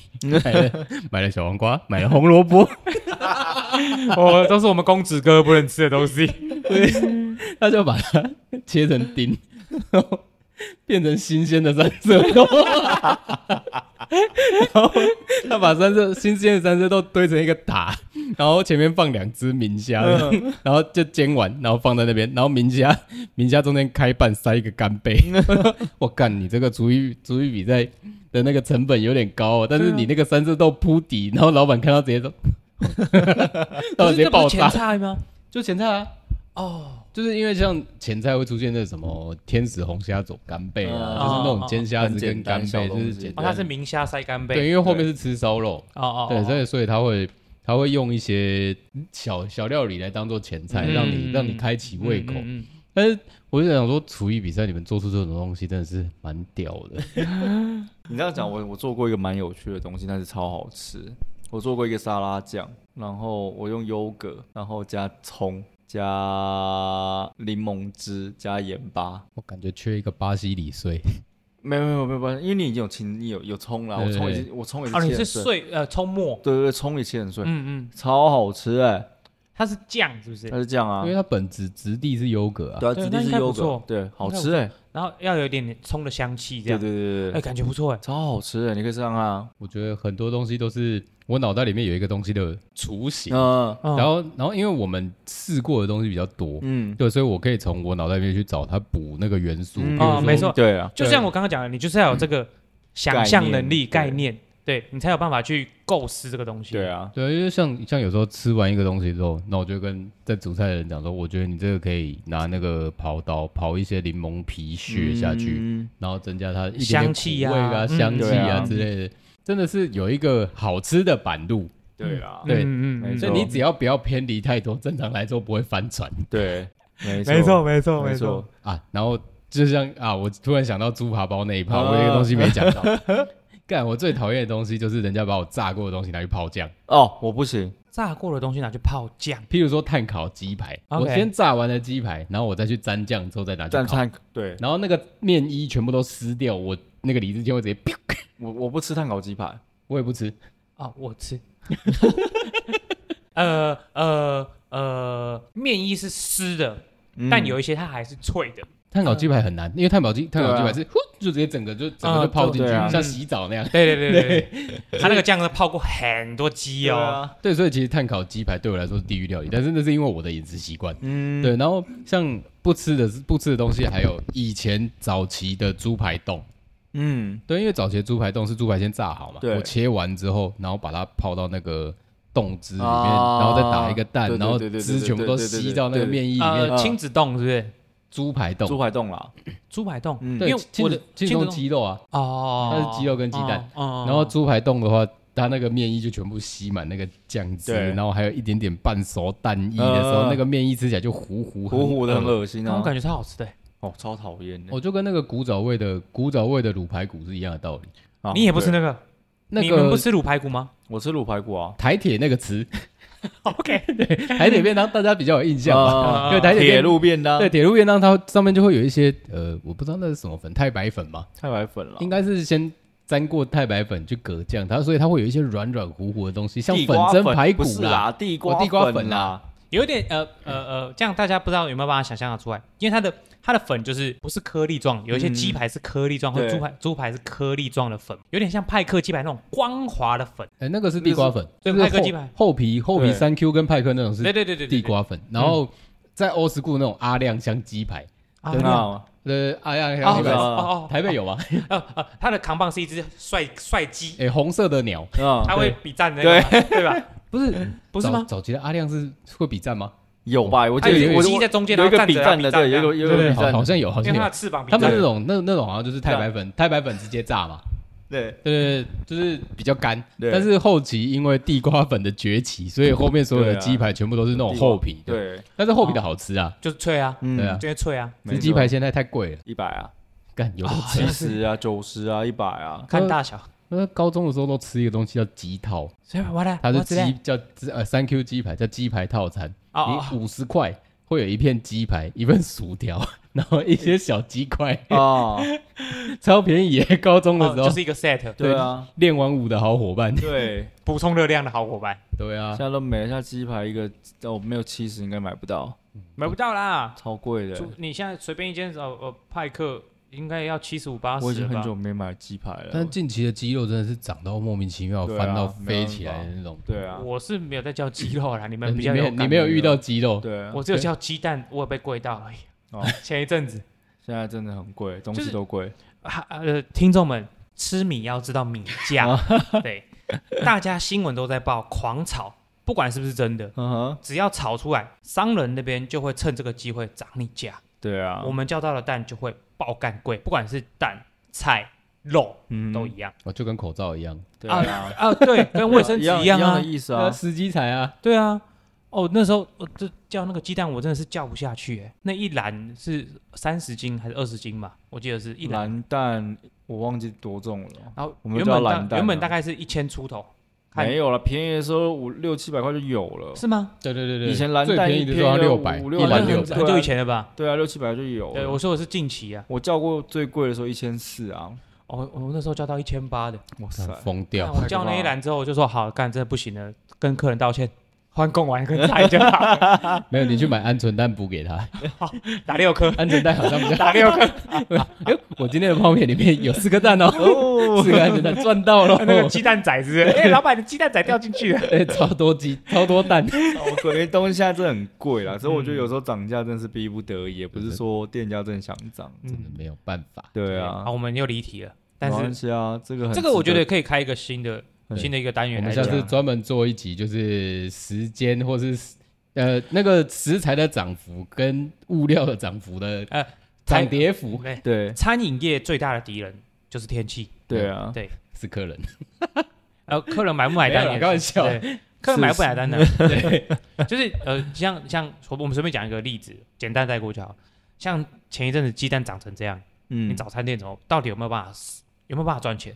Speaker 2: 买了买了小黄瓜，买了红萝卜，
Speaker 1: 哦，都是我们公子哥不能吃的东 西。
Speaker 2: 他就把它切成丁，然后变成新鲜的三色豆， 然后他把三色新鲜的三色豆堆成一个塔，然后前面放两只明虾， 然后就煎完，然后放在那边，然后明虾明虾中间开半塞一个干 贝，我干你这个厨艺厨艺比赛的那个成本有点高、哦，但是你那个三色豆铺底，然后老板看到直接说， 老板直接爆
Speaker 1: 前，
Speaker 2: 炸
Speaker 1: 菜吗？
Speaker 2: 就前菜啊。
Speaker 1: 哦，
Speaker 2: 就是因为像前菜会出现那什么天使红虾走干贝啊，
Speaker 3: 嗯
Speaker 2: 就是那种煎虾子跟干
Speaker 3: 很简单小
Speaker 2: 贝，就
Speaker 3: 东西
Speaker 2: 是简
Speaker 1: 哦，
Speaker 2: 单。
Speaker 1: 它是明虾塞干贝。
Speaker 2: 对，因为后面是吃烧肉，
Speaker 1: 哦哦，
Speaker 2: 对，所
Speaker 1: 以
Speaker 2: 以所以他会他会用一些小小料理来当做前菜，
Speaker 1: 嗯
Speaker 2: 让你让你开启胃口。但是我就想说，厨艺比赛你们做出这种东西真的是蛮屌的。
Speaker 3: 你这样讲，我我做过一个蛮有趣的东西，但是超好吃。我做过一个沙拉酱，然后我用优格，然后加葱、加柠檬汁、加盐巴。
Speaker 2: 我感觉缺一个巴西里碎，
Speaker 3: 没有没有没有关系，因为你已经有青，你有有葱了。
Speaker 2: 对
Speaker 3: 我
Speaker 2: 对
Speaker 3: 葱已
Speaker 2: 对
Speaker 3: 经我葱也
Speaker 1: 哦，你
Speaker 3: 切
Speaker 1: 是
Speaker 3: 很碎。
Speaker 1: 碎呃葱末，
Speaker 3: 对对对，葱也切很碎，
Speaker 1: 嗯嗯，
Speaker 3: 超好吃哎、
Speaker 1: 它是酱是不是
Speaker 3: 它？是这样啊
Speaker 2: 因为，它本质质地是优格啊。
Speaker 3: 对啊，
Speaker 1: 对
Speaker 3: 质
Speaker 1: 那
Speaker 3: 地
Speaker 1: 应
Speaker 3: 是
Speaker 1: 该不
Speaker 3: 优格
Speaker 1: 错，
Speaker 3: 对，好
Speaker 1: 该
Speaker 3: 吃哎、
Speaker 1: 然后要有点葱的香气这
Speaker 3: 对
Speaker 1: 样。
Speaker 3: 对对对
Speaker 1: 哎，
Speaker 3: 对，
Speaker 1: 感觉不错哎。
Speaker 3: 超好吃哎、你可以试上啊。
Speaker 2: 我觉得很多东西都是我脑袋里面有一个东西的雏形，
Speaker 3: 嗯
Speaker 1: 嗯
Speaker 2: 然后然后因为我们试过的东西比较多，
Speaker 3: 嗯
Speaker 2: 对，所以我可以从我脑袋里面去找它补那个元素。
Speaker 3: 嗯
Speaker 2: 比如
Speaker 1: 哦
Speaker 2: 说
Speaker 1: 没错
Speaker 3: 对啊，
Speaker 1: 就像我刚刚讲的，你就是要有这个想象能力、概念，对你才有办法去构思这个东西。
Speaker 3: 对，啊，
Speaker 2: 对，因为像像有时候吃完一个东西之后，那我就跟在煮菜的人讲说，我觉得你这个可以拿那个刨刀刨一些柠檬皮屑下去，
Speaker 3: 嗯
Speaker 2: 然后增加它一点点
Speaker 1: 香气啊
Speaker 2: 苦味啊、
Speaker 1: 嗯
Speaker 2: 香气
Speaker 3: 对
Speaker 2: 啊
Speaker 3: 啊
Speaker 2: 之类的，真的是有一个好吃的版路。
Speaker 3: 对啊，
Speaker 2: 对
Speaker 1: 嗯
Speaker 3: 没
Speaker 2: 所
Speaker 3: 错
Speaker 2: 以你只要不要偏离太多，正常来说不会翻船
Speaker 3: 对，没错，
Speaker 1: 没错，没错，
Speaker 3: 没
Speaker 1: 没错。，
Speaker 2: 啊。然后就像啊，我突然想到猪扒包那一趴，
Speaker 3: 啊
Speaker 1: 哦
Speaker 2: 我有一个东西没讲到， 干，我最讨厌的东西就是人家把我炸过的东西拿去泡酱，
Speaker 3: 哦，我不行，
Speaker 1: 炸过的东西拿去泡酱，
Speaker 2: 譬如说碳烤鸡排，我
Speaker 1: OK
Speaker 2: 先炸完了鸡排，然后我再去沾酱之后再拿去
Speaker 3: 蘸
Speaker 2: 烤，
Speaker 3: 碳对
Speaker 2: 然后那个面衣全部都撕掉，我那个李子天会直接，噗
Speaker 3: 我我不吃碳烤鸡排，
Speaker 2: 我也不吃，
Speaker 1: 啊，我 吃。呃呃呃，面衣是湿的，
Speaker 3: 嗯
Speaker 1: 但有一些它还是脆的。
Speaker 2: 碳烤鸡排很难，因为碳烤鸡碳烤鸡排
Speaker 3: 对啊
Speaker 2: 是呼就直接整个就整个
Speaker 1: 啊
Speaker 2: 就泡进去，
Speaker 3: 对啊
Speaker 2: 像洗澡那样。
Speaker 1: 对对对对对，它那个酱呢泡过很多鸡哦。
Speaker 3: 啊，
Speaker 2: 对，所以其实碳烤鸡排对我来说是地狱料理，但是那是因为我的饮食习惯。
Speaker 3: 嗯，
Speaker 2: 对，然后像不吃的不吃的东西，还有以前早期的猪排冻，
Speaker 3: 嗯，
Speaker 2: 对，因为早期的猪排冻是猪排先炸好嘛，
Speaker 3: 对
Speaker 2: 我切完之后，然后把它泡到那个冻汁里面，
Speaker 3: 啊
Speaker 2: 然后再打一个蛋，
Speaker 3: 对对
Speaker 2: 然后
Speaker 3: 对对对
Speaker 2: 汁
Speaker 3: 对
Speaker 2: 全部都
Speaker 3: 对对对
Speaker 2: 吸到那个
Speaker 3: 对
Speaker 2: 面衣里面。啊
Speaker 1: 呃，亲子冻是不是？
Speaker 2: 猪排
Speaker 3: 猪
Speaker 2: 冻，
Speaker 3: 排冻啦，
Speaker 1: 猪排冻
Speaker 3: 嗯
Speaker 2: 对
Speaker 1: 因为，
Speaker 2: 其
Speaker 1: 我
Speaker 2: 实
Speaker 1: 的亲
Speaker 2: 其实
Speaker 1: 子
Speaker 2: 用
Speaker 1: 冻
Speaker 2: 鸡肉啊，
Speaker 1: 哦，
Speaker 2: 它是鸡肉跟鸡蛋
Speaker 1: 哦，哦
Speaker 2: 然后猪排冻的话，它那个面衣就全部吸满那个酱汁，
Speaker 3: 对
Speaker 2: 然后还有一点点半熟蛋液的时候，
Speaker 3: 呃
Speaker 2: 那个面衣吃起来就糊糊
Speaker 3: 糊糊的很
Speaker 2: 恶
Speaker 3: 恶心
Speaker 1: 那
Speaker 3: 啊
Speaker 1: 我，感觉超好吃的。欸
Speaker 3: 哦，超讨厌的
Speaker 2: 我，就跟那个古早味的古早味的卤排骨是一样的道理。
Speaker 3: 啊
Speaker 1: 你也不吃那
Speaker 3: 对
Speaker 1: 个？
Speaker 2: 哦那
Speaker 1: 你们不
Speaker 2: 个
Speaker 1: 吃卤排骨吗
Speaker 3: 我吃卤排骨啊，
Speaker 2: 台铁那个词，
Speaker 1: ？OK，
Speaker 2: 台铁便当大家比较有印象吧？
Speaker 3: 啊
Speaker 2: 因为台铁
Speaker 3: 铁
Speaker 2: 便
Speaker 3: 路便当
Speaker 2: 对，铁路便当它上面就会有一些呃，我不知道那是什么粉，太白粉嘛，
Speaker 3: 太白粉了，
Speaker 2: 应该是先沾过太白粉去隔酱，它所以它会有一些软软糊糊的东西，像
Speaker 3: 地
Speaker 2: 粉
Speaker 3: 瓜
Speaker 2: 蒸排骨
Speaker 3: 不是
Speaker 2: 啦，
Speaker 3: 啦，地
Speaker 2: 哦
Speaker 3: 瓜
Speaker 2: 地瓜粉
Speaker 3: 粉啦，
Speaker 1: 有一点呃
Speaker 3: 嗯
Speaker 1: 呃呃，这样大家不知道有没有办法想象得出来，因为它的它的粉就是不是颗粒状，有一些
Speaker 3: 嗯
Speaker 1: 鸡排是颗粒状，或者
Speaker 3: 对
Speaker 1: 猪排猪排是颗粒状的粉，有点像派克鸡排那种光滑的粉。
Speaker 2: 哎，那个是地瓜粉，
Speaker 1: 那
Speaker 2: 就是
Speaker 1: 对
Speaker 2: 是
Speaker 1: 派克鸡
Speaker 2: 厚
Speaker 1: 排
Speaker 2: 厚皮厚皮
Speaker 3: 对
Speaker 2: 三 Q 跟派克那种
Speaker 1: 对
Speaker 2: 是
Speaker 1: 对对对，对
Speaker 2: 地瓜粉，然后在欧斯库那种阿亮香鸡排，
Speaker 1: 啊
Speaker 2: 对
Speaker 1: 那样
Speaker 3: 啊，
Speaker 2: 呃，阿亮
Speaker 1: 哦
Speaker 2: 香
Speaker 1: 哦
Speaker 2: 鸡
Speaker 3: 对
Speaker 2: 排，
Speaker 3: 啊
Speaker 1: 哦哦，
Speaker 2: 台北有吗？
Speaker 1: 呃呃，它的扛棒是一只帅帅鸡，
Speaker 2: 哎，红色的鸟
Speaker 3: 嗯，
Speaker 1: 它会比赞那个嘛，对 吧？
Speaker 2: 不是
Speaker 1: 不是
Speaker 2: 早
Speaker 1: 吗？
Speaker 2: 早期的阿亮是会比赞吗？
Speaker 3: 有吧？我
Speaker 1: 它
Speaker 3: 记
Speaker 2: 有
Speaker 3: 得
Speaker 2: 一个
Speaker 3: 我
Speaker 1: 鸡在中间，
Speaker 3: 有
Speaker 1: 然
Speaker 3: 一
Speaker 1: 后
Speaker 3: 个
Speaker 1: 站
Speaker 3: 比
Speaker 1: 着然
Speaker 3: 赞
Speaker 1: 后
Speaker 3: 的，
Speaker 1: 比赞
Speaker 3: 对，有一
Speaker 1: 这样
Speaker 3: 个有一个比
Speaker 2: 好
Speaker 3: 赞
Speaker 2: 好
Speaker 3: 的，
Speaker 2: 像有，好
Speaker 1: 因
Speaker 2: 像
Speaker 1: 为它
Speaker 2: 有
Speaker 1: 的。翅膀比
Speaker 2: 他们那
Speaker 1: 赞
Speaker 2: 种那那种好像就是太白粉，太白粉直接炸嘛，
Speaker 3: 对
Speaker 2: 对对对，就是比较干。
Speaker 3: 对
Speaker 2: 但是后期因为地瓜粉的崛起，所以后面所有的
Speaker 3: 对啊
Speaker 2: 鸡排全部都是那种
Speaker 3: 地瓜
Speaker 2: 厚皮的。
Speaker 3: 对，
Speaker 2: 但是厚皮的好吃啊，
Speaker 1: 就是脆啊，
Speaker 3: 嗯
Speaker 2: 对啊
Speaker 1: 就是脆啊，
Speaker 2: 只是鸡排现在太贵了，
Speaker 3: 一百啊，
Speaker 2: 干有的吃
Speaker 3: 七。十啊，九十啊，一百啊，
Speaker 1: 看大小。
Speaker 2: 那高中的时候都吃一个东西叫鸡套，
Speaker 1: 所以我来，
Speaker 2: 它是
Speaker 1: 我知道
Speaker 2: 鸡叫呃三 Q 鸡排，叫鸡排套餐。
Speaker 3: 啊
Speaker 1: 哦哦
Speaker 2: 你五十块会有一片鸡排，一份薯条， 然后一些小鸡 块，
Speaker 3: 啊，
Speaker 2: 超便宜耶。高中的
Speaker 1: 哦
Speaker 2: 时候
Speaker 1: 就是一个 set
Speaker 3: 对啊，
Speaker 2: 练完舞的好伙伴，
Speaker 3: 对，
Speaker 1: 补充热量的好伙伴，
Speaker 2: 对啊
Speaker 3: 现，在都没了，现在鸡排一个哦，没有七十应该买不到，
Speaker 1: 买不到啦。
Speaker 3: 超贵的
Speaker 1: 就。你现在随便一间呃呃派克应该要七十五八
Speaker 3: 我已
Speaker 1: 十
Speaker 3: 经很
Speaker 1: 吧
Speaker 3: 久？没买鸡排了。
Speaker 2: 但近期的肌肉真的是长到莫名其妙，
Speaker 3: 对啊
Speaker 2: 翻到飞起来的那种。
Speaker 3: 对啊，
Speaker 1: 我是没有在叫鸡肉啦，你
Speaker 2: 呃
Speaker 1: 们比
Speaker 2: 你
Speaker 1: 较
Speaker 2: 没有
Speaker 1: 感
Speaker 2: 你没有遇到肌肉，
Speaker 3: 对啊，
Speaker 1: 我只有叫鸡蛋，我有被贵到而已
Speaker 3: 哦。
Speaker 1: 前一阵子，
Speaker 3: 现在真的很贵，东
Speaker 1: 就是
Speaker 3: 西都贵。
Speaker 1: 啊呃，听众们吃米要知道米价， 对，大家新闻都在报狂炒，不管是不是真的，
Speaker 3: 嗯哼，
Speaker 1: 只要炒出来，商人那边就会趁这个机会涨你价，
Speaker 3: 对啊，
Speaker 1: 我们叫到的蛋就会爆干贵，不管是蛋、菜、肉
Speaker 3: 嗯
Speaker 1: 都一样
Speaker 2: 哦就跟口罩一样，
Speaker 3: 对啊，
Speaker 1: 啊，对，跟卫生纸
Speaker 3: 一
Speaker 1: 一样啊
Speaker 3: 的，意思
Speaker 2: 对啊，
Speaker 3: 啊。
Speaker 2: 司机才啊，
Speaker 1: 对啊，哦，那时候我这叫那个鸡蛋，我真的是叫不下去哎、那一篮是三十斤还是二十斤嘛？我记得是一篮，
Speaker 3: 蓝蛋我忘记多重了，
Speaker 1: 然后
Speaker 3: 我们
Speaker 1: 原
Speaker 3: 叫
Speaker 1: 本
Speaker 3: 蓝
Speaker 1: 大
Speaker 3: 蛋
Speaker 1: 原本
Speaker 3: 啊
Speaker 1: 大概是一千出头，看
Speaker 3: 没有了，便宜的时候五六七百块就有了。
Speaker 1: 是吗？哦
Speaker 2: 对对对对，
Speaker 3: 以前蓝
Speaker 2: 最
Speaker 3: 蛋
Speaker 2: 便宜
Speaker 3: 一
Speaker 2: 的时候要
Speaker 3: 片要
Speaker 2: 六百，
Speaker 3: 五
Speaker 2: 一
Speaker 3: 六对百
Speaker 2: 篮
Speaker 1: 很
Speaker 2: 六
Speaker 1: 很
Speaker 2: 百，
Speaker 1: 很久以前了吧？
Speaker 3: 对啊，六七百就有
Speaker 1: 对，
Speaker 3: 了。
Speaker 1: 我说我是近期啊，
Speaker 3: 我叫过最贵的时候一千四啊，
Speaker 1: 哦，我那时候叫到一千八的，
Speaker 3: 哇塞！
Speaker 2: 疯
Speaker 1: 但
Speaker 2: 掉。
Speaker 1: 我叫那一篮之后，我就说好，干真的不行了，跟客人道歉，换供完跟菜就好，
Speaker 2: 没有，你去买鹌鹑蛋补给他，
Speaker 1: 打六 颗，
Speaker 2: 鹌鹑蛋好像比较。
Speaker 1: 打六颗，
Speaker 2: 哎呦，我今天的泡面里面有四颗蛋哦，四个鹌鹑蛋赚到了，哦
Speaker 1: 那个鸡蛋仔是 不是，
Speaker 3: 啊
Speaker 1: 哎，老板的鸡蛋仔掉进去了，
Speaker 2: 哎超多鸡，超多蛋。
Speaker 3: 我感觉哦东西现在真的很贵
Speaker 1: 嗯
Speaker 3: 啦，所以我觉得有时候涨价真的是逼不得已，也不是说店家真的想涨。
Speaker 2: 真的
Speaker 1: 嗯，
Speaker 2: 没有办法。
Speaker 3: 对
Speaker 1: 好，
Speaker 3: 啊，
Speaker 1: 我们又离题了，但
Speaker 3: 没
Speaker 1: 是
Speaker 3: 关系啊，这个很
Speaker 1: 这个我
Speaker 3: 值
Speaker 1: 觉得可以开一个新的
Speaker 2: 对
Speaker 1: 新的一个单
Speaker 2: 我
Speaker 1: 元
Speaker 2: 们
Speaker 1: 来
Speaker 2: 下
Speaker 1: 讲。
Speaker 2: 次专门做一集，就是时间或是呃那个食材的涨幅跟物料的涨幅的
Speaker 1: 呃
Speaker 2: 涨跌幅
Speaker 1: 对
Speaker 3: 对
Speaker 1: 餐饮业最大的敌人就是天气，
Speaker 3: 对啊，
Speaker 2: 是客人。
Speaker 1: 呃，客人买不买单
Speaker 2: 没有
Speaker 1: 也
Speaker 2: 啦
Speaker 1: 是，
Speaker 2: 开玩笑
Speaker 1: 对客人买不买单呢？对，就是呃，像像我们随便讲一个例子，简单带过就好。像前一阵子鸡蛋涨成这样，你
Speaker 3: 嗯，
Speaker 1: 早餐店怎么到底有没有办法有没有办法赚钱？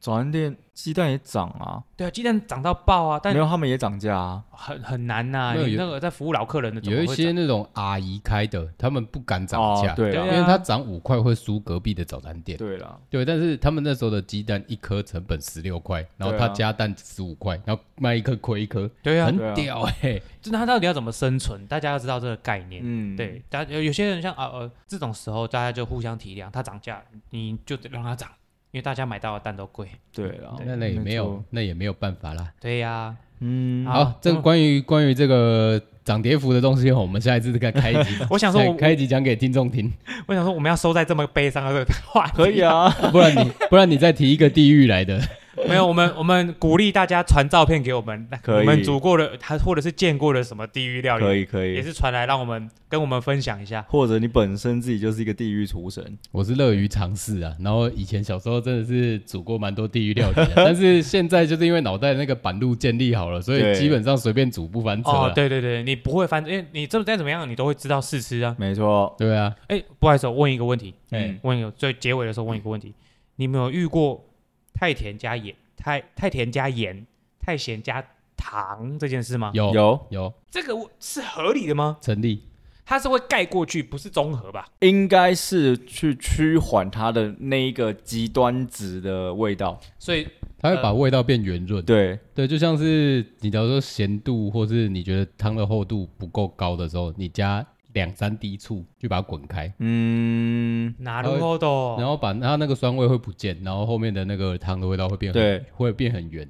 Speaker 3: 早餐店鸡蛋也涨啊，
Speaker 1: 对啊，鸡蛋涨到爆啊，但
Speaker 3: 没有他们也涨价啊。
Speaker 1: 很很难呐、
Speaker 2: 没有
Speaker 1: 你
Speaker 2: 有
Speaker 1: 那个在服务老客人的，怎么
Speaker 2: 有一
Speaker 1: 会
Speaker 2: 些
Speaker 1: 涨
Speaker 2: 那种阿姨开的，他们不敢涨价，
Speaker 3: 哦对
Speaker 1: 对
Speaker 3: 啦
Speaker 1: 啊
Speaker 2: 因为它涨五块会输隔壁的早餐店。
Speaker 3: 对啦，
Speaker 2: 对，但是他们那时候的鸡蛋一颗成本十六块，然后
Speaker 3: 对
Speaker 2: 他
Speaker 3: 啊
Speaker 2: 加蛋十五块，然后卖一颗亏一颗，
Speaker 1: 对啊
Speaker 2: 很，
Speaker 3: 对啊
Speaker 2: 屌哎、
Speaker 1: 就是他到底要怎么生存？大家要知道这个概念。
Speaker 3: 嗯，
Speaker 1: 对，大家有有些人像啊呃这种时候，大家就互相体谅，它涨价你就得让它涨，因为大家买到的蛋都贵。
Speaker 3: 对啦，
Speaker 1: 哦
Speaker 2: 那那也没有，那也没有办法啦。
Speaker 1: 对呀、
Speaker 3: 嗯，
Speaker 1: 好。
Speaker 2: 好，这个关于关于这个涨跌幅的东西，我们下一次再开一集
Speaker 1: 我
Speaker 3: 哎
Speaker 1: 想说我
Speaker 2: 再开一集讲给听众听，
Speaker 1: 我想说，我们要收在这么悲伤的这个话题，
Speaker 3: 可以啊，
Speaker 2: 不然你不然你再提一个地狱来的，
Speaker 1: 没有，我们我们鼓励大家传照片给我们，
Speaker 3: 可
Speaker 1: 我
Speaker 3: 以
Speaker 1: 们煮过的，还或者是见过的什么地狱料 理，
Speaker 3: 可以可
Speaker 1: 也
Speaker 3: 以，
Speaker 1: 是传来让我们跟我们分享一下。
Speaker 3: 或者你本身自己就是一个地狱厨神，
Speaker 2: 我是乐于尝试啊。然后以前小时候真的是煮过蛮多地狱料理的，但是现在就是因为脑袋那个板路建立好了，所以
Speaker 3: 对
Speaker 2: 基本上随便煮不翻车啊、
Speaker 1: 哦，对对对，你不会翻，因为你这再怎么样，你都会知道试吃啊。
Speaker 3: 没错，
Speaker 2: 对啊，
Speaker 1: 哎，不好意思，我问一个问题，
Speaker 2: 哎、
Speaker 3: 嗯
Speaker 1: 问一个最结尾的时候问一个问题，你们有遇过太甜加盐、太太甜加盐、太咸加糖这件事吗？
Speaker 2: 有
Speaker 3: 有
Speaker 2: 有
Speaker 1: 这个是合理的吗？
Speaker 2: 成立，
Speaker 1: 它是会盖过去，不是综合吧？
Speaker 3: 应该是去趋缓它的那一个极端值的味道，
Speaker 1: 所以
Speaker 2: 它会把味道变圆润。
Speaker 3: 对，
Speaker 2: 对，就像是你假如说咸度，或是你觉得汤的厚度不够高的时候，你加两三滴醋去把它滚开，
Speaker 3: 嗯，
Speaker 1: 哪路后哦都
Speaker 2: 呃然后把它那个酸味会不见，然后后面的那个汤的味道会变很
Speaker 3: 对，
Speaker 2: 会变很圆。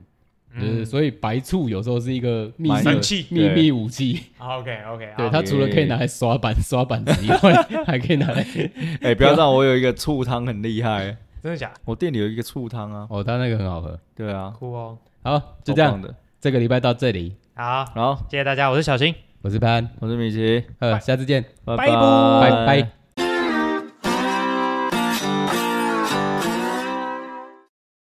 Speaker 1: 嗯
Speaker 2: 就是所以白醋有时候是一个秘密
Speaker 3: 蛮
Speaker 1: 神
Speaker 3: 有
Speaker 1: 器。
Speaker 2: 秘密武器，
Speaker 1: OK OK，
Speaker 2: 对它除了可以拿来刷板刷板子以 外，还可以拿来
Speaker 3: 哎、不要让我有一个醋汤很厉 害，
Speaker 1: 真的假的？
Speaker 3: 我店里有一个醋汤啊，
Speaker 2: 哦，它那个很好喝。
Speaker 3: 对啊，
Speaker 1: 酷哦！
Speaker 2: 好，就
Speaker 3: 超
Speaker 2: 这样
Speaker 3: 棒，的。
Speaker 2: 这个礼拜到这里，
Speaker 1: 好，
Speaker 3: 好，
Speaker 1: 谢谢大家，我是小新。
Speaker 2: 我是潘，
Speaker 3: 我是米奇，
Speaker 2: 呃，下次见，
Speaker 3: 拜
Speaker 1: 拜
Speaker 3: 拜
Speaker 2: 拜拜。